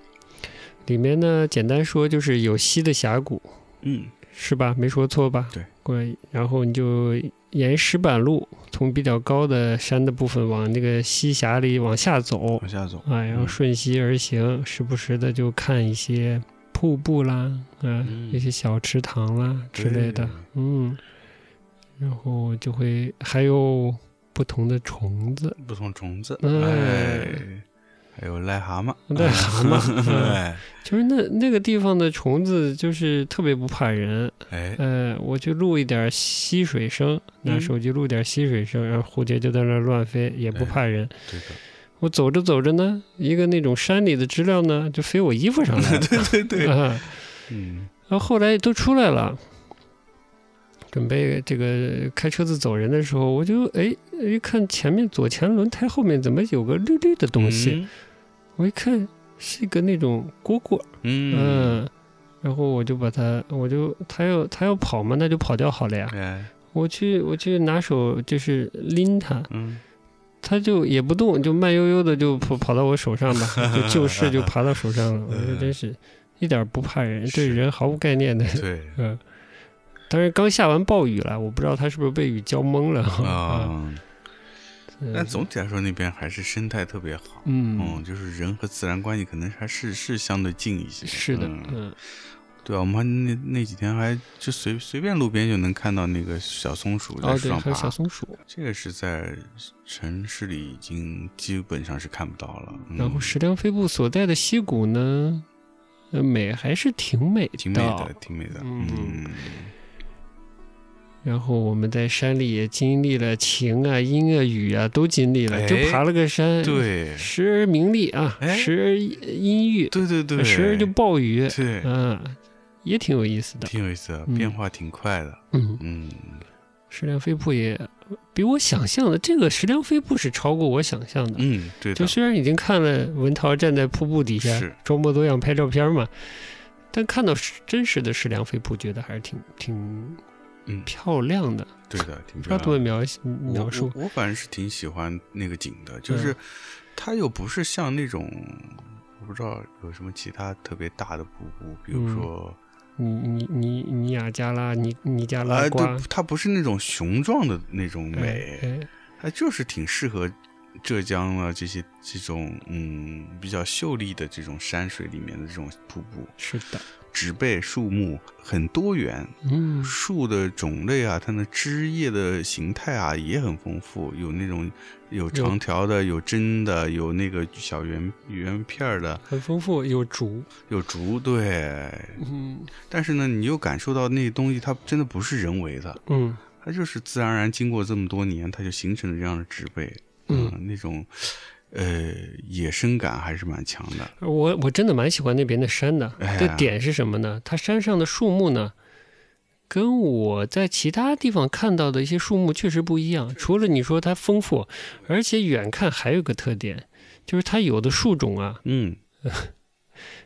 里面呢，简单说就是有溪的峡谷，嗯，是吧？没说错吧？对，过来，然后你就沿石板路从比较高的山的部分往那个溪峡里往下走，往下走。啊，然后嗯顺溪而行，时不时的就看一些瀑布啦，啊，嗯一些小池塘啦之类的对，嗯，然后就会还有不同的虫子，不同虫子，嗯哎，还有癞蛤蟆，癞 (laughs) 蛤蟆哎嗯就是那那个地方的虫子就是特别不怕人，哎，呃，我就录一点溪水声，拿嗯手机录点溪水声，然后蝴蝶就在那儿乱飞，也不对怕人。对的，。我走着走着呢，一个那种山里的知了呢，就飞我衣服上来了对 (laughs) 对对， (laughs) 啊嗯然后后来都出来了，准备这个开车子走人的时候，我就哎一看前面左前轮胎后面怎么有个绿绿的东嗯西，，我一看是一个那种蝈蝈，嗯，嗯，然后我就把它，我就它要它要跑嘛，那就跑掉好了呀。哎，我去我去拿手就是拎它，嗯，它就也不动，就慢悠悠的就跑跑到我手上吧，就就 (laughs) 势就爬到手上了。我说真是一点儿不怕人，对是人毫无概念的。 (laughs) 对嗯，当然刚下完暴雨了，我不知道他是不是被雨浇蒙了啊。啊， (laughs) 嗯但总体来说那边还是生态特别好。嗯，嗯，就是人和自然关系可能还是是相对近一些。是的，嗯嗯对啊，我们还那那几天还就随随便路边就能看到那个小松鼠在哦树对，上还有小爬，松鼠，这个是在城市里已经基本上是看不到了。嗯然后石梁飞布所在的溪谷呢，呃美还是挺美挺美的，挺美的。嗯嗯，然后我们在山里也经历了晴啊、阴啊、雨啊，都经历了，哎就爬了个山，，对，时而明丽啊，哎时而阴郁，对对对，时而就暴雨，对，啊，也挺有意思的。挺有意思的，嗯变化挺快的。嗯，嗯，矢量飞瀑也比我想象的，这个矢量飞瀑是超过我想象的。嗯，对的就，虽然已经看了文涛站在瀑布底下是装模作样拍照片嘛，但看到是真实的矢量飞瀑，觉得还是挺挺嗯漂亮的，对的，挺不知漂道怎么亮的。描描述。啊我我我反正是挺喜欢那个景的，嗯就是它又不是像那种，我不知道有什么其他特别大的瀑布，比如嗯说，你你你尼亚加拉，尼尼加拉啊，瓜，对，它不是那种雄壮的那种美，哎哎它就是挺适合浙江啊这些这种嗯比较秀丽的这种山水里面的这种瀑布，是的，植被、树木很多元，嗯，树的种类啊，它的枝叶的形态啊也很丰富，有那种有长条的，有针的，有那个小圆圆片儿的，很丰富，有竹，有竹，对。嗯但是呢，你又感受到那东西它真的不是人为的，嗯它就是自然而然经过这么多年，它就形成了这样的植被，嗯，那种呃野生感还是蛮强的，我我真的蛮喜欢那边的山的哎，呀这点是什么呢？它山上的树木呢，跟我在其他地方看到的一些树木确实不一样。除了你说它丰富，而且远看还有一个特点，就是它有的树种啊，嗯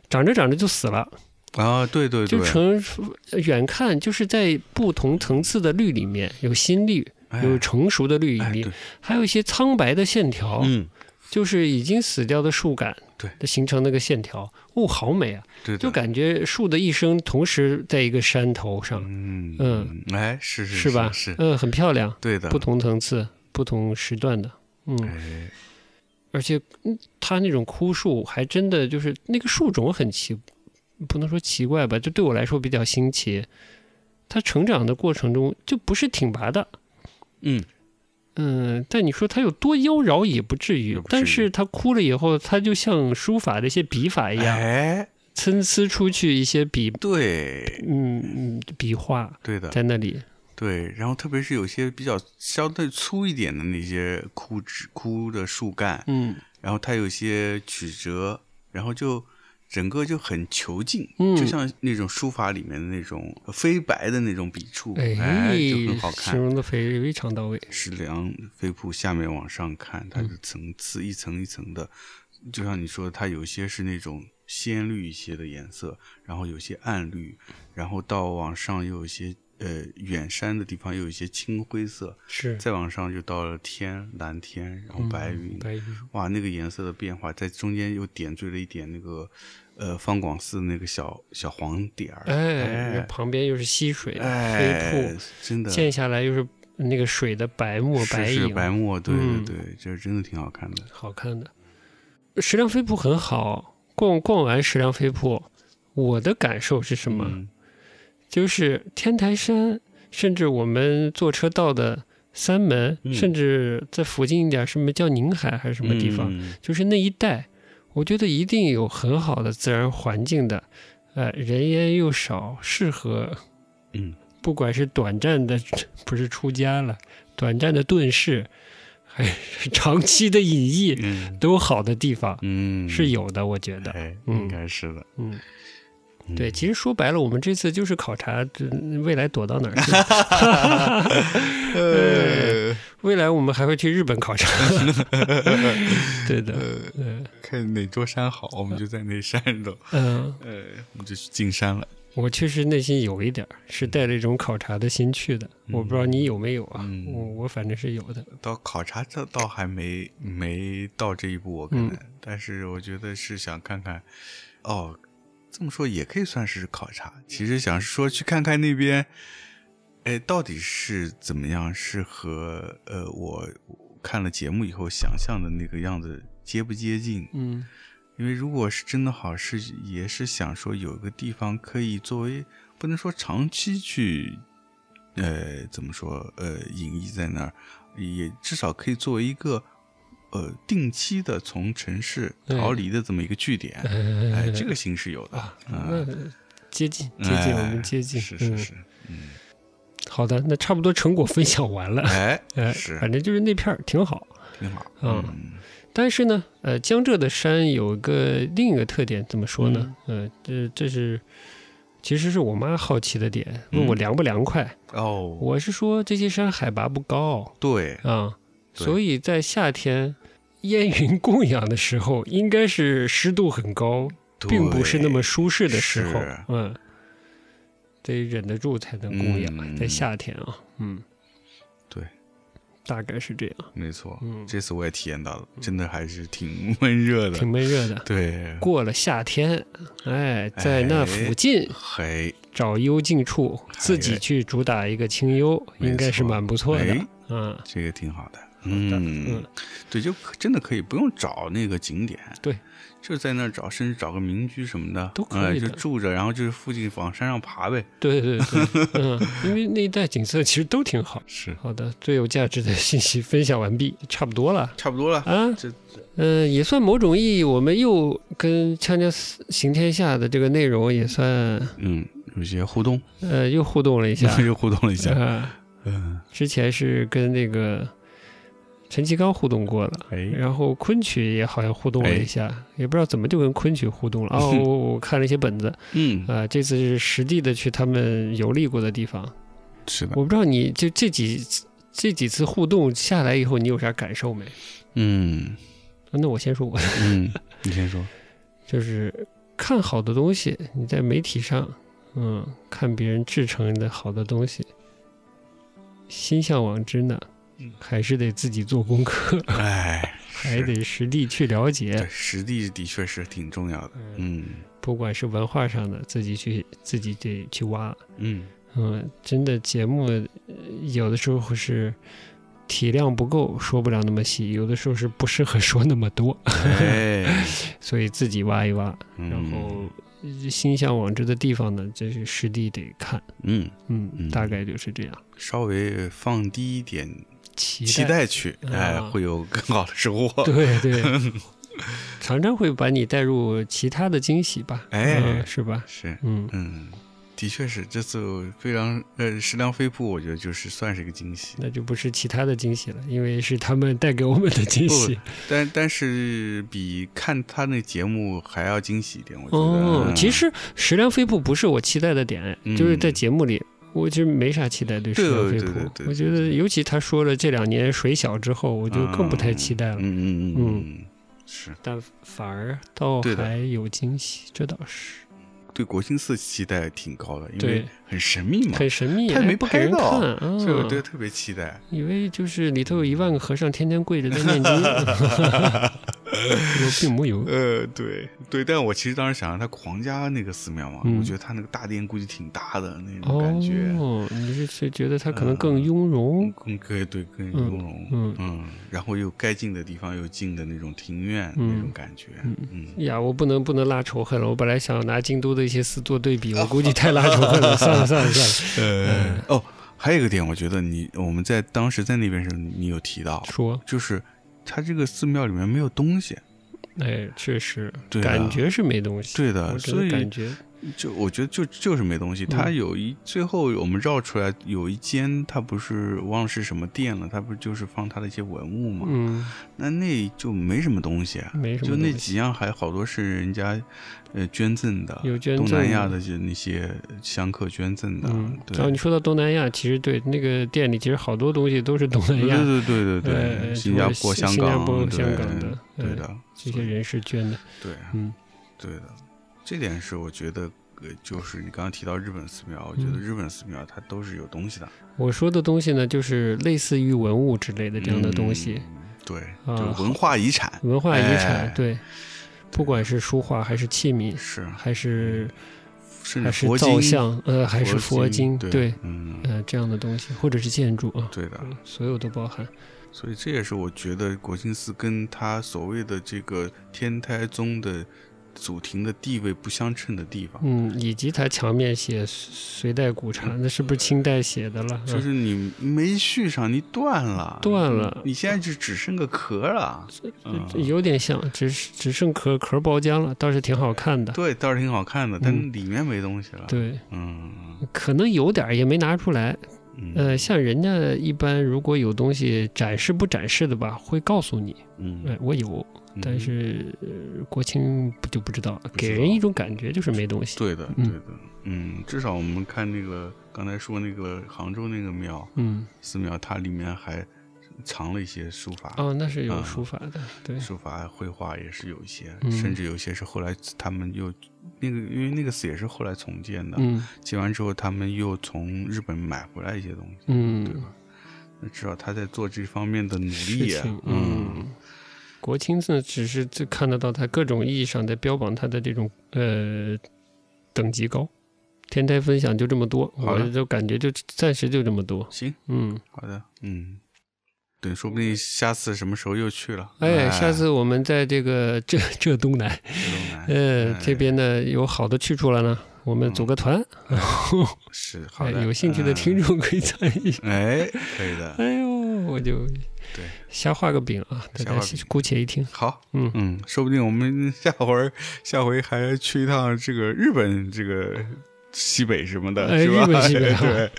长着长着就死了，啊，对对对，就成远看就是在不同层次的绿里面有新绿，哎有成熟的绿哎里对面，，还有一些苍白的线条，嗯，就是已经死掉的树干，对，形成那个线条，哦，好美啊！对的，就感觉树的一生同时在一个山头上，嗯嗯，哎，是是是吧？是，嗯，很漂亮，对的，不同层次、不同时段的，嗯，哎，而且嗯，它那种枯树还真的就是那个树种很奇，不能说奇怪吧，就对我来说比较新奇。它成长的过程中就不是挺拔的，嗯，嗯，但你说它有多妖娆也不至于，也不至于但是它枯了以后，它就像书法的一些笔法一样，哎，参差出去一些笔，对，嗯嗯，笔画对的，在那里，对。然后特别是有些比较相对粗一点的那些枯枝、枯的树干，嗯。然后它有些曲折，然后就整个就很遒劲，嗯就像那种书法里面的那种飞白的那种笔触，哎，就很好形看。容的非非常到位。嗯石梁飞瀑下面往上看，它的层次一层一层的，就像你说的，它有些是那种鲜绿一些的颜色，然后有些暗绿，然后到往上又有一些呃远山的地方又有一些青灰色，是再往上就到了天蓝天，然后白云，白云，哇，那个颜色的变化，在中间又点缀了一点那个呃方广寺那个小小黄点儿，哎，然后旁边又是溪水哎飞真瀑，的溅下来又是那个水的白沫是白是影，白沫，对对嗯对，这真的挺好看的。好看的。石梁飞瀑很好，逛逛完石梁飞瀑，我的感受是什么？嗯就是天台山，甚至我们坐车到的三门，嗯甚至在附近一点，什么叫宁海还是什么地方，嗯就是那一带，我觉得一定有很好的自然环境的，呃，人烟又少，适合，嗯，不管是短暂的， (laughs) 不是出家了，短暂的遁世，还是长期的隐逸，嗯都好的地方嗯，是有的，我觉得，哎，嗯应该是的。嗯。嗯对，其实说白了，我们这次就是考察这未来躲到哪儿 (laughs) 去。呃，未来我们还会去日本考察。 (laughs) 对的， (laughs) 嗯看哪座山好，我们就在那山 (laughs) 上，嗯，呃，我们就去进山了。我确实内心有一点儿是带着一种考察的心去的，我不知道你有没有啊？嗯我我反正是有的。到考察这倒还没没到这一步，我可能，但是我觉得是想看看，哦，这么说也可以算是考察。其实想说去看看那边，哎，到底是怎么样，是和呃我看了节目以后想象的那个样子接不接近？嗯因为如果是真的好，是也是想说有个地方可以作为不能说长期去，呃，怎么说，呃，隐逸在那儿，也至少可以作为一个呃定期的从城市逃离的这么一个据点。哎，这个心是有的啊，那嗯接近接近，我哎们接近。是是是嗯，，好的，那差不多成果分享完了。哎， (laughs) 哎，是 (laughs) 反正就是那片儿挺好。挺好，嗯嗯但是呢，呃，江浙的山有一个另一个特点，怎么说呢？嗯呃，这这是其实是我妈好奇的点，问我嗯凉不凉快。哦，我是说这些山海拔不高对，啊，对所以在夏天烟云供养的时候， (laughs) 应该是湿度很高，并不是那么舒适的时候是。嗯，得忍得住才能供养，嗯在夏天啊，嗯，对，大概是这样，对，没错，嗯这次我也体验到了，真的还是挺 (laughs) 温热的挺，闷热的。对，过了夏天，哎，在那附近嘿，找幽静处，自己去主打一个清幽，哎没错应该是蛮不错的哎。嗯，这个挺好的。嗯嗯，对，就可真的可以不用找那个景点，对，就在那儿找，甚至找个民居什么的都可以哎就的住着，然后就是附近往山上爬呗。对对对， (laughs) 嗯，因为那一带景色其实都挺好。是，好的，最有价值的信息分享完毕，差不多了。差不多了。啊，这嗯、也算某种意义，我们又跟《锵锵行天下》的这个内容也算，嗯，有些互动，呃，又互动了一下。又互动 (laughs) 了一下。啊，嗯，之前是跟那个陈其刚互动过了，哎，然后昆曲也好像互动了一下，也不知道怎么就跟昆曲互动了。哦，我我看了一些本子，嗯，啊，这次是实地的去他们游历过的地方。是的，我不知道你就这几这几次互动下来以后，你有啥感受没？嗯那我先说我的，嗯，你先说。就是看好的东西，你在媒体上，嗯，看别人制成的好的东西，心向往之呢嗯，还是得自己做功课， (laughs) 哎，还是得实地去了解。对，实地的确是挺重要的。嗯不管是文化上的，自己去自己得去挖。嗯， (laughs) 嗯，真的节目呃有的时候是体量不够，说不了那么细；有的时候是不适合说那么多， (laughs) 哎，所以自己挖一挖。嗯然后呃心向往之的地方呢，就是实地得看。嗯，嗯嗯，大概就是这样。稍微放低一点期期待去，哎，啊会有更好的收获。对 (laughs) 对，常常会把你带入其他的惊喜吧？哎嗯是吧？是，嗯，嗯，的确是，这次我非常呃，食粮飞瀑，我觉得就是算是一个惊喜。那就不是其他的惊喜了，因为是他们带给我们的惊喜。但但是比看他那节目还要惊喜一点，我觉得。哦嗯，其实食量飞瀑不是我期待的点，嗯就是在节目里，我其实没啥期待对食量飞对对对瀑对。我觉得，尤其他说了这两年水小之后，我就更不太期待了。嗯嗯嗯嗯，是但反而倒对的还有惊喜，这倒是对国庆四期待挺高嗯的，因为对很神秘嘛，很神秘，他也没哎不给人拍到看，嗯、所以我对特别期待。以为就是里头有一万个和尚天天跪着在 (laughs) 念经， (laughs) 有并没有。呃，对对，但我其实当时想让他狂加那个寺庙嘛，嗯我觉得他那个大殿估计挺大的那种嗯感觉，嗯哦，你是是觉得它可能更雍容？更可以对更雍容，嗯然后有该近的地方有近的那种庭院、嗯那种感觉，嗯，呀，我不能不能拉仇恨了。我本来想拿京都的一些寺做对哦比，我估计太拉仇 (laughs) 恨了。算了算了算呃，哦，还有一个点，我觉得你我们在当时在那边时候，你有提到了，，说，就是它这个寺庙里面没有东西，哎，确实，对的感觉是没东西。对我的，真所的以感觉，就我觉得就就是没东西。嗯它有一最后我们绕出来有一间，它不是忘了是什么店了，它不就是放它的一些文物嘛？嗯，那那就没什么东西啊，没什么就东西。那几样还好多是人家呃捐赠的，有捐赠东南亚的就那些香客捐赠的，嗯，然后对你。说到东南亚，其实对那个店里，其实好多东西都是东南对亚，对对对呃对，新加坡、新香新加港、坡对嗯香港的对呃的，这些人士捐的。对，嗯对的，这点是我觉得，呃，就是你刚刚提到日本寺庙，我觉得嗯日本寺庙它都是有东西的，我说的东西呢，就是类似于文物之类的这样的东西，嗯。对，啊就文化遗产文化遗产、哎对，不管是书画还是器皿，是，还是甚还至是嗯佛造经，像，呃，还是佛经，对，对，嗯，呃，这样的东西，或者是建筑啊，对的。所有都包含。所以这也是我觉得国清寺跟他所谓的这个天台宗的祖庭的地位不相称的地方。嗯，以及它墙面写隋代古刹，那是不是清代写的了？嗯啊就是你没续上，你断了，断了你现在就只剩个壳了。嗯嗯有点像，只是只剩壳壳包浆了，倒是挺好看的。对，倒是挺好看的，但嗯里面没东西了。对，嗯，可能有点儿也没拿出来，嗯呃，像人家一般，如果有东西展示不展示的吧，会告诉你，哎、嗯，我有，嗯但是、呃、国庆不就不知道了，给知人道一种感觉就是没东西。对的，对嗯的，嗯，至少我们看那个刚才说那个杭州那个庙嗯，寺庙，它里面还藏了一些书法，哦，那是有啊书法的，对，书法、啊绘画也是有一些，嗯甚至有些是后来他们又那个，因为那个寺也是后来重建的，嗯建完之后他们又从日本买回来一些东西，对嗯吧，？那至少他在做这方面的努事力啊情，，嗯。国庆呢，只是这看得到它各种意义上在标榜它的这种呃等级高。天台分享就这么多，好我的就感觉就暂时就这么多。行，嗯，好的，嗯，对，说不定下次什么时候又去了。哎，下次我们在这个浙浙东南这种难呃，哎这边呢有好的去处了呢，我们组个团，是好哎，的，有兴趣的嗯听，众可以参与。哎，可以的，哎呦，我就对瞎画个饼啊，大瞎画家饼姑且一听。好，嗯嗯，说不定我们下回儿下回还去一趟这个日本这个西北什么的，哎是吧？日本西北啊 (laughs) 对，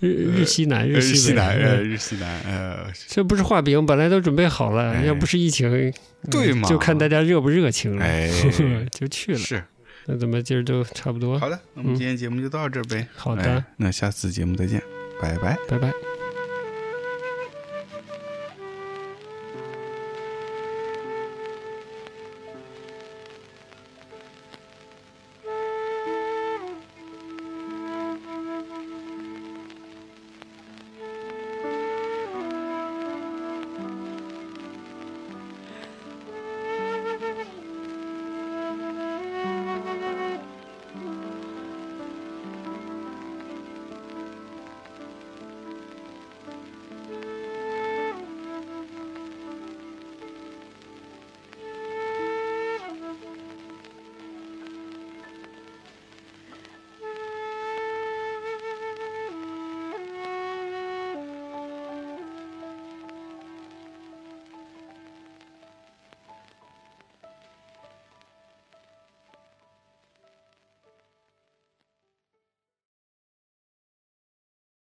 日 (laughs) 日西南，呃日西西北南，呃，嗯日西南，呃，这不是画饼，本来都准备好了，哎要不是疫情，嗯对嘛就看大家热不热情了，哎 (laughs) 就去了。是那咱们今儿就差不多，好的，那我们今天节目就到这儿呗。好的哎那下次节目再见，拜拜。拜拜。